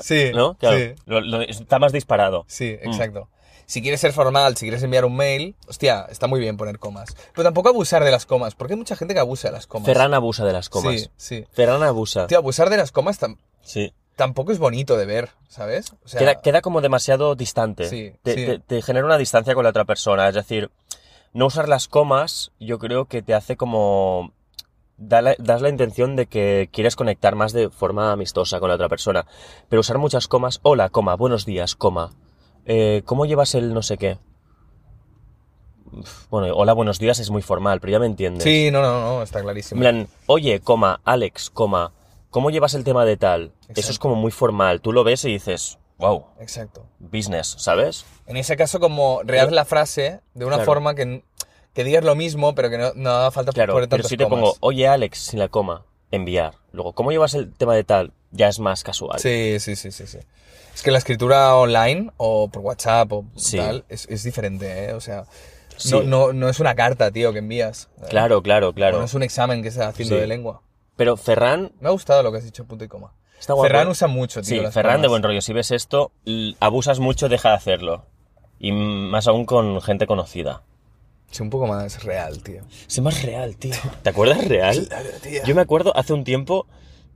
[SPEAKER 2] Sí,
[SPEAKER 1] ¿No? Claro. Hmm.
[SPEAKER 2] sí.
[SPEAKER 1] Lo- lo- está más disparado.
[SPEAKER 2] Sí, exacto. Si quieres ser formal, si quieres enviar un mail, hostia, está muy bien poner comas. Pero tampoco abusar de las comas, porque hay mucha gente que abusa de las comas.
[SPEAKER 1] Ferran abusa de las comas.
[SPEAKER 2] Sí, sí.
[SPEAKER 1] Ferran abusa.
[SPEAKER 2] Tío, abusar de las comas tam-
[SPEAKER 1] Sí.
[SPEAKER 2] tampoco es bonito de ver, ¿sabes? O sea,
[SPEAKER 1] queda, queda como demasiado distante.
[SPEAKER 2] Sí,
[SPEAKER 1] te,
[SPEAKER 2] sí.
[SPEAKER 1] te- te genera una distancia con la otra persona. Es decir, no usar las comas yo creo que te hace como... da la- das la intención de que quieres conectar más de forma amistosa con la otra persona. Pero usar muchas comas... Hola, coma. Buenos días, coma. Eh, ¿Cómo llevas el no sé qué? Uf, Bueno, hola, buenos días es muy formal, pero ya me entiendes.
[SPEAKER 2] sí, no, no, no, está
[SPEAKER 1] En
[SPEAKER 2] clarísimo.
[SPEAKER 1] plan, oye, coma, Alex, coma, ¿cómo llevas el tema de tal? Eso es
[SPEAKER 2] Exacto.
[SPEAKER 1] como muy formal. Tú lo ves y dices, "Buah, wow,
[SPEAKER 2] Exacto.
[SPEAKER 1] business, ¿sabes?
[SPEAKER 2] En ese caso, como rehaz la frase de una
[SPEAKER 1] Claro.
[SPEAKER 2] forma que, que digas lo mismo, pero que no, no haga falta
[SPEAKER 1] Claro,
[SPEAKER 2] poner
[SPEAKER 1] pero
[SPEAKER 2] tantos
[SPEAKER 1] si te
[SPEAKER 2] comas.
[SPEAKER 1] pongo, oye Alex, sin la coma, enviar. Luego, ¿cómo llevas el tema de tal? Ya es más casual.
[SPEAKER 2] Sí, sí, sí, sí, sí. Es que la escritura online o por WhatsApp o
[SPEAKER 1] Sí.
[SPEAKER 2] tal es, es diferente, ¿eh? O sea,
[SPEAKER 1] Sí.
[SPEAKER 2] no, no, no es una carta, tío, que envías. ¿eh?
[SPEAKER 1] Claro, claro, claro.
[SPEAKER 2] O No es un examen que está haciendo
[SPEAKER 1] Sí.
[SPEAKER 2] de lengua.
[SPEAKER 1] Pero Ferran
[SPEAKER 2] Me ha gustado lo que has dicho, punto y coma.
[SPEAKER 1] está guapo.
[SPEAKER 2] Ferran usa mucho, tío.
[SPEAKER 1] Sí,
[SPEAKER 2] las
[SPEAKER 1] Ferran de
[SPEAKER 2] comas.
[SPEAKER 1] buen rollo. Si ves esto, l- abusas mucho, deja de hacerlo. Y m- más aún con gente conocida.
[SPEAKER 2] Sí, un poco más real, tío.
[SPEAKER 1] Es más real, tío. ¿Te acuerdas real?
[SPEAKER 2] tío.
[SPEAKER 1] Yo me acuerdo hace un tiempo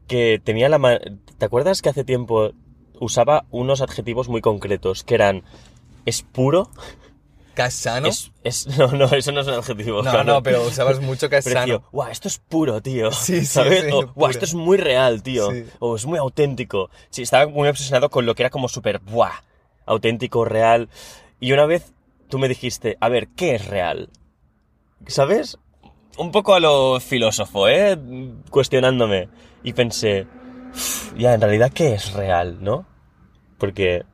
[SPEAKER 1] que tenía la... ma- ¿Te acuerdas que hace tiempo usaba unos adjetivos muy concretos que eran... Es puro.
[SPEAKER 2] ¿Casano?
[SPEAKER 1] Es, es- no, no, eso no es un adjetivo.
[SPEAKER 2] No,
[SPEAKER 1] claro.
[SPEAKER 2] no, pero usabas mucho
[SPEAKER 1] Pero, tío,
[SPEAKER 2] casano.
[SPEAKER 1] guau, esto es puro, tío.
[SPEAKER 2] Sí, sí,
[SPEAKER 1] ¿Sabes?
[SPEAKER 2] sí,
[SPEAKER 1] o, guau,
[SPEAKER 2] puro.
[SPEAKER 1] esto es muy real, tío.
[SPEAKER 2] Sí.
[SPEAKER 1] O es muy auténtico. Sí, estaba muy obsesionado con lo que era como súper, guau, auténtico, real. Y una vez tú me dijiste, a ver, ¿qué es real? ¿Sabes? Un poco a lo filósofo, ¿eh? Cuestionándome. Y pensé, "Uf, ya, en realidad, ¿qué es real, no? Porque,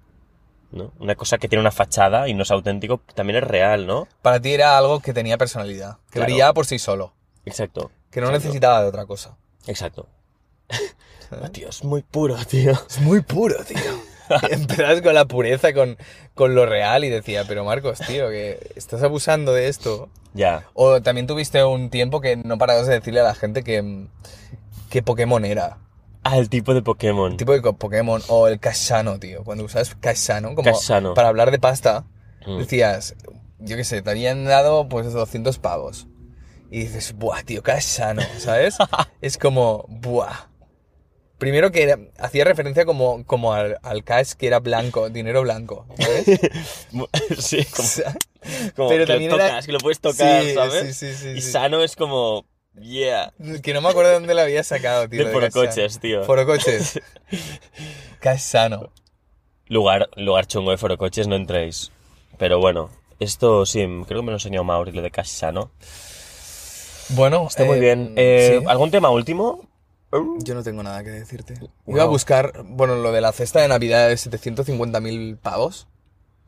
[SPEAKER 1] ¿no? Una cosa que tiene una fachada y no es auténtico también es real, ¿no?
[SPEAKER 2] Para ti era algo que tenía personalidad, que
[SPEAKER 1] Claro.
[SPEAKER 2] brillaba por sí solo,
[SPEAKER 1] Exacto.
[SPEAKER 2] que no
[SPEAKER 1] Exacto.
[SPEAKER 2] necesitaba de otra cosa.
[SPEAKER 1] Exacto. Ah, tío, es muy puro, tío.
[SPEAKER 2] Es muy puro, tío. Empezabas con la pureza, con, con lo real y decía, pero Marcos, tío, que estás abusando de esto.
[SPEAKER 1] Ya.
[SPEAKER 2] O también tuviste un tiempo que no parabas de decirle a la gente que, mm, que Pokémon era.
[SPEAKER 1] Ah, el tipo de Pokémon.
[SPEAKER 2] El tipo de co- Pokémon o el Casano, tío. Cuando usabas Casano como
[SPEAKER 1] Casano.
[SPEAKER 2] para hablar de pasta,
[SPEAKER 1] Mm.
[SPEAKER 2] decías, yo qué sé, te habían dado pues 200 pavos. Y dices, buah, tío, Casano, ¿sabes? es como, buah. Primero que era- hacía referencia como, como al, al cash que era blanco, dinero blanco, ¿sabes?
[SPEAKER 1] sí, como, como
[SPEAKER 2] Pero
[SPEAKER 1] que
[SPEAKER 2] también
[SPEAKER 1] lo
[SPEAKER 2] era-
[SPEAKER 1] tocas, que lo puedes tocar,
[SPEAKER 2] Sí,
[SPEAKER 1] ¿sabes?
[SPEAKER 2] sí, sí, sí,
[SPEAKER 1] y
[SPEAKER 2] sí.
[SPEAKER 1] sano es como. Yeah.
[SPEAKER 2] que no me acuerdo de dónde la había sacado, tío.
[SPEAKER 1] De
[SPEAKER 2] lo Casano.
[SPEAKER 1] Forocoches, tío.
[SPEAKER 2] Forocoches. Casano.
[SPEAKER 1] Lugar, lugar chungo de forocoches, no entréis. Pero bueno, esto sí, creo que me lo enseñó Mauri, lo de casi sano.
[SPEAKER 2] Bueno,
[SPEAKER 1] Está muy
[SPEAKER 2] eh,
[SPEAKER 1] bien. Eh,
[SPEAKER 2] sí.
[SPEAKER 1] ¿Algún tema último?
[SPEAKER 2] Yo no tengo nada que decirte.
[SPEAKER 1] Wow.
[SPEAKER 2] Iba a buscar, bueno, lo de la cesta de Navidad de 750.000 pavos.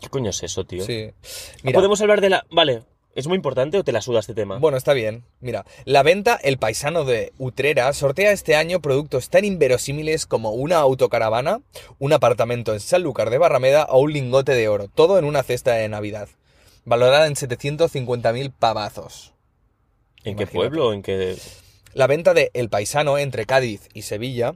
[SPEAKER 1] ¿Qué coño es eso, tío?
[SPEAKER 2] Sí.
[SPEAKER 1] Ah,
[SPEAKER 2] Mira,
[SPEAKER 1] Podemos hablar de la. Vale, ¿es muy importante o te la suda este tema?
[SPEAKER 2] bueno, está bien. Mira, la venta El Paisano de Utrera sortea este año productos tan inverosímiles como una autocaravana, un apartamento en Sanlúcar de Barrameda o un lingote de oro, todo en una cesta de Navidad, valorada en 750.000 pavazos.
[SPEAKER 1] ¿En qué
[SPEAKER 2] imagínate.
[SPEAKER 1] pueblo? ¿En qué.?
[SPEAKER 2] La venta de El Paisano entre Cádiz y Sevilla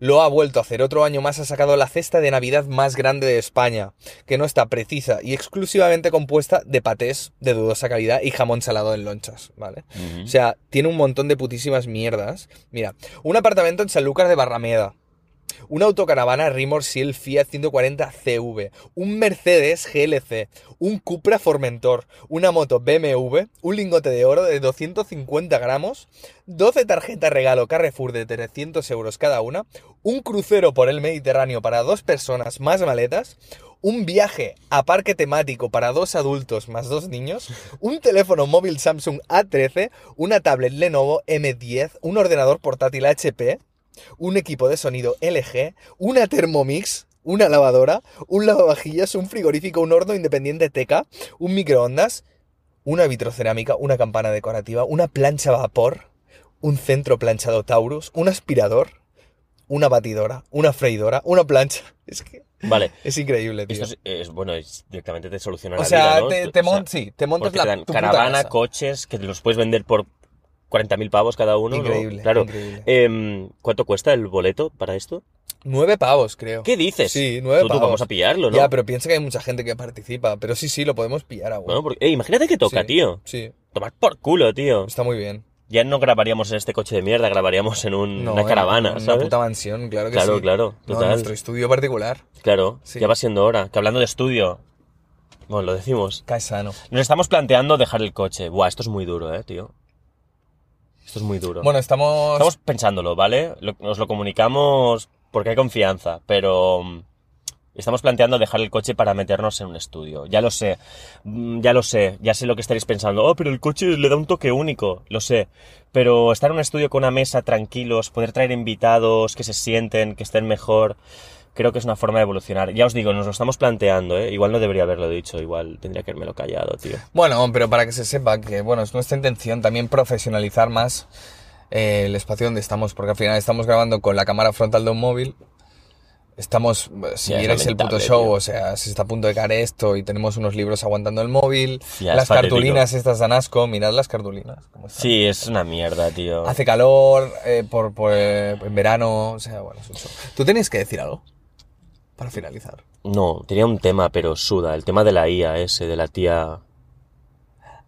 [SPEAKER 2] lo ha vuelto a hacer otro año más, ha sacado la cesta de Navidad más grande de España, que no está precisa y exclusivamente compuesta de patés de dudosa calidad y jamón salado en lonchas, ¿vale?
[SPEAKER 1] Ujú.
[SPEAKER 2] O sea, tiene un montón de putísimas mierdas. Mira, un apartamento en Sanlúcar de Barrameda, una autocaravana Rimor Seal Fiat 140 CV, un Mercedes GLC, un Cupra Formentor, una moto BMW, un lingote de oro de 250 gramos, 12 tarjetas regalo Carrefour de 300 euros cada una, un crucero por el Mediterráneo para dos personas más maletas, un viaje a parque temático para dos adultos más dos niños, un teléfono móvil Samsung A13, una tablet Lenovo M10, un ordenador portátil HP, un equipo de sonido LG, una Thermomix, una lavadora, un lavavajillas, un frigorífico, un horno independiente Teca, un microondas, una vitrocerámica, una campana decorativa, una plancha a vapor, un centro planchado Taurus, un aspirador, una batidora, una freidora, una plancha. Es que
[SPEAKER 1] Vale.
[SPEAKER 2] es increíble, tío.
[SPEAKER 1] Esto es, es- bueno, es directamente te soluciona
[SPEAKER 2] o
[SPEAKER 1] la
[SPEAKER 2] sea,
[SPEAKER 1] vida, ¿no?
[SPEAKER 2] te,
[SPEAKER 1] O sea,
[SPEAKER 2] te mon- sí, te montas
[SPEAKER 1] porque
[SPEAKER 2] la
[SPEAKER 1] te dan
[SPEAKER 2] tu puta
[SPEAKER 1] caravana,
[SPEAKER 2] casa.
[SPEAKER 1] coches, que te los puedes vender por 40.000 pavos cada uno. ¿no?
[SPEAKER 2] Increíble,
[SPEAKER 1] Claro.
[SPEAKER 2] increíble.
[SPEAKER 1] Em, ¿Cuánto cuesta el boleto para esto?
[SPEAKER 2] Nueve pavos, creo.
[SPEAKER 1] ¿Qué dices?
[SPEAKER 2] Sí, nueve
[SPEAKER 1] Tú, tú,
[SPEAKER 2] pavos.
[SPEAKER 1] vamos a pillarlo, ¿no?
[SPEAKER 2] Ya, pero piensa que hay mucha gente que participa. Pero sí, sí, lo podemos pillar aún.
[SPEAKER 1] Bueno, porque- eh, imagínate que toca,
[SPEAKER 2] Sí, Pues-
[SPEAKER 1] tío.
[SPEAKER 2] Sí,
[SPEAKER 1] Tomar por culo, tío.
[SPEAKER 2] está muy bien.
[SPEAKER 1] Ya no grabaríamos en este coche de mierda, grabaríamos en un-
[SPEAKER 2] No,
[SPEAKER 1] una
[SPEAKER 2] en-
[SPEAKER 1] caravana,
[SPEAKER 2] en Una
[SPEAKER 1] ¿sabes?
[SPEAKER 2] puta mansión, claro que
[SPEAKER 1] Claro,
[SPEAKER 2] sí.
[SPEAKER 1] claro,
[SPEAKER 2] No,
[SPEAKER 1] total.
[SPEAKER 2] nuestro estudio particular.
[SPEAKER 1] Claro,
[SPEAKER 2] Sí.
[SPEAKER 1] ya va siendo hora. Que hablando de estudio. Bueno, lo decimos.
[SPEAKER 2] Casano.
[SPEAKER 1] Nos estamos planteando dejar el coche. Buah, esto es muy duro, eh, tío. Esto es muy duro.
[SPEAKER 2] Bueno, estamos...
[SPEAKER 1] Estamos pensándolo, ¿vale? Lo- nos lo comunicamos porque hay confianza, pero mm, estamos planteando dejar el coche para meternos en un estudio. Ya lo sé, mm, ya lo sé, ya sé lo que estaréis pensando. Oh, pero el coche le da un toque único, lo sé. Pero estar en un estudio con una mesa tranquilos, poder traer invitados que se sienten, que estén mejor, creo que es una forma de evolucionar. Ya os digo, nos lo estamos planteando, ¿eh? Igual no debería haberlo dicho, igual tendría que lo callado, tío.
[SPEAKER 2] Bueno, pero para que se sepa que, bueno, es nuestra intención también profesionalizar más eh, el espacio donde estamos, porque al final estamos grabando con la cámara frontal de un móvil. Estamos, eh, si
[SPEAKER 1] Ya es
[SPEAKER 2] vierais el puto
[SPEAKER 1] lamentable,
[SPEAKER 2] show,
[SPEAKER 1] tío.
[SPEAKER 2] o sea, se está a punto de caer esto y tenemos unos libros aguantando el móvil.
[SPEAKER 1] Ya, es
[SPEAKER 2] las
[SPEAKER 1] patético.
[SPEAKER 2] cartulinas estas dan asco, mirad las cartulinas. cómo están.
[SPEAKER 1] Sí, es una mierda, tío.
[SPEAKER 2] Hace calor, eh, por, por, eh, en verano, o sea, bueno, es un show. ¿Tú tenías que decir algo para finalizar?
[SPEAKER 1] No, tenía un tema, pero suda. El tema de la IA ese, de la tía...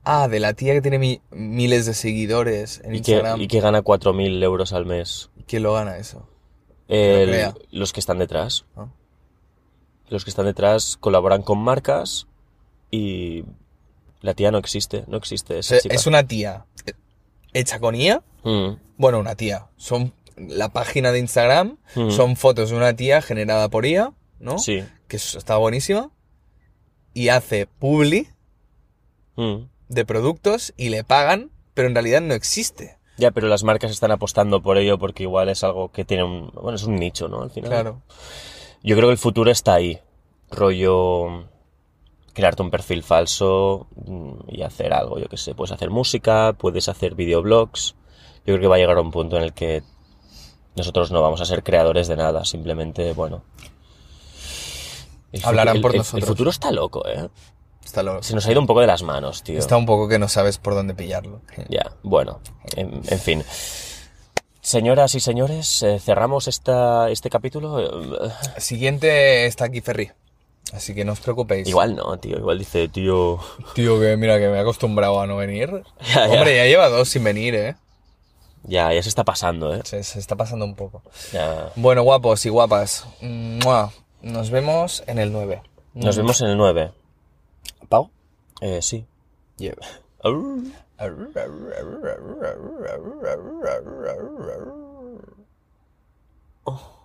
[SPEAKER 2] Ah, de la tía que tiene mi- miles de seguidores en
[SPEAKER 1] Y que,
[SPEAKER 2] Instagram.
[SPEAKER 1] y que gana 4.000 euros al mes.
[SPEAKER 2] ¿Quién lo gana eso?
[SPEAKER 1] El-
[SPEAKER 2] crea.
[SPEAKER 1] los que están detrás.
[SPEAKER 2] Ah.
[SPEAKER 1] Los que están detrás colaboran con marcas y... La tía no existe, no existe
[SPEAKER 2] O
[SPEAKER 1] esa
[SPEAKER 2] sea,
[SPEAKER 1] chica.
[SPEAKER 2] es una tía eh, hecha con IA.
[SPEAKER 1] Mm.
[SPEAKER 2] Bueno, una tía. Son la página de Instagram,
[SPEAKER 1] Mm.
[SPEAKER 2] son fotos de una tía generada por IA, ¿no?
[SPEAKER 1] Sí.
[SPEAKER 2] Que eso está buenísima. Y hace publi
[SPEAKER 1] Mm.
[SPEAKER 2] de productos y le pagan, pero en realidad no existe.
[SPEAKER 1] Ya, pero las marcas están apostando por ello porque igual es algo que tiene un... Bueno, es un nicho, ¿no? Al final.
[SPEAKER 2] Claro.
[SPEAKER 1] Yo creo que el futuro está ahí. Rollo crearte un perfil falso mm, y hacer algo, yo qué sé. Puedes hacer música, puedes hacer videoblogs. Yo creo que va a llegar a un punto en el que nosotros no vamos a ser creadores de nada, simplemente, bueno. El
[SPEAKER 2] Hablarán
[SPEAKER 1] futu- el-
[SPEAKER 2] por
[SPEAKER 1] el-
[SPEAKER 2] nosotros.
[SPEAKER 1] El futuro está loco, ¿eh?
[SPEAKER 2] Está lo-
[SPEAKER 1] Se nos ha ido un poco de las manos, tío.
[SPEAKER 2] Está un poco que no sabes por dónde pillarlo.
[SPEAKER 1] Ya, bueno, en, en fin. Señoras y señores, eh, cerramos esta, este capítulo. Eh,
[SPEAKER 2] El siguiente está aquí Ferry. Así que no os preocupéis.
[SPEAKER 1] Igual no, tío. Igual dice, tío.
[SPEAKER 2] Tío, que mira, que me he acostumbrado a no venir.
[SPEAKER 1] Ya, ya.
[SPEAKER 2] Hombre, ya lleva dos sin venir, ¿eh?
[SPEAKER 1] Ya, ya se está pasando, ¿eh?
[SPEAKER 2] Se, se está pasando un poco.
[SPEAKER 1] Ya.
[SPEAKER 2] Bueno, guapos y guapas. Mua. Nos vemos en el 9.
[SPEAKER 1] Nos vemos en el 9.
[SPEAKER 2] ¿Pau?
[SPEAKER 1] Eh, sí.
[SPEAKER 2] Yeah.
[SPEAKER 1] Au.
[SPEAKER 2] Oh.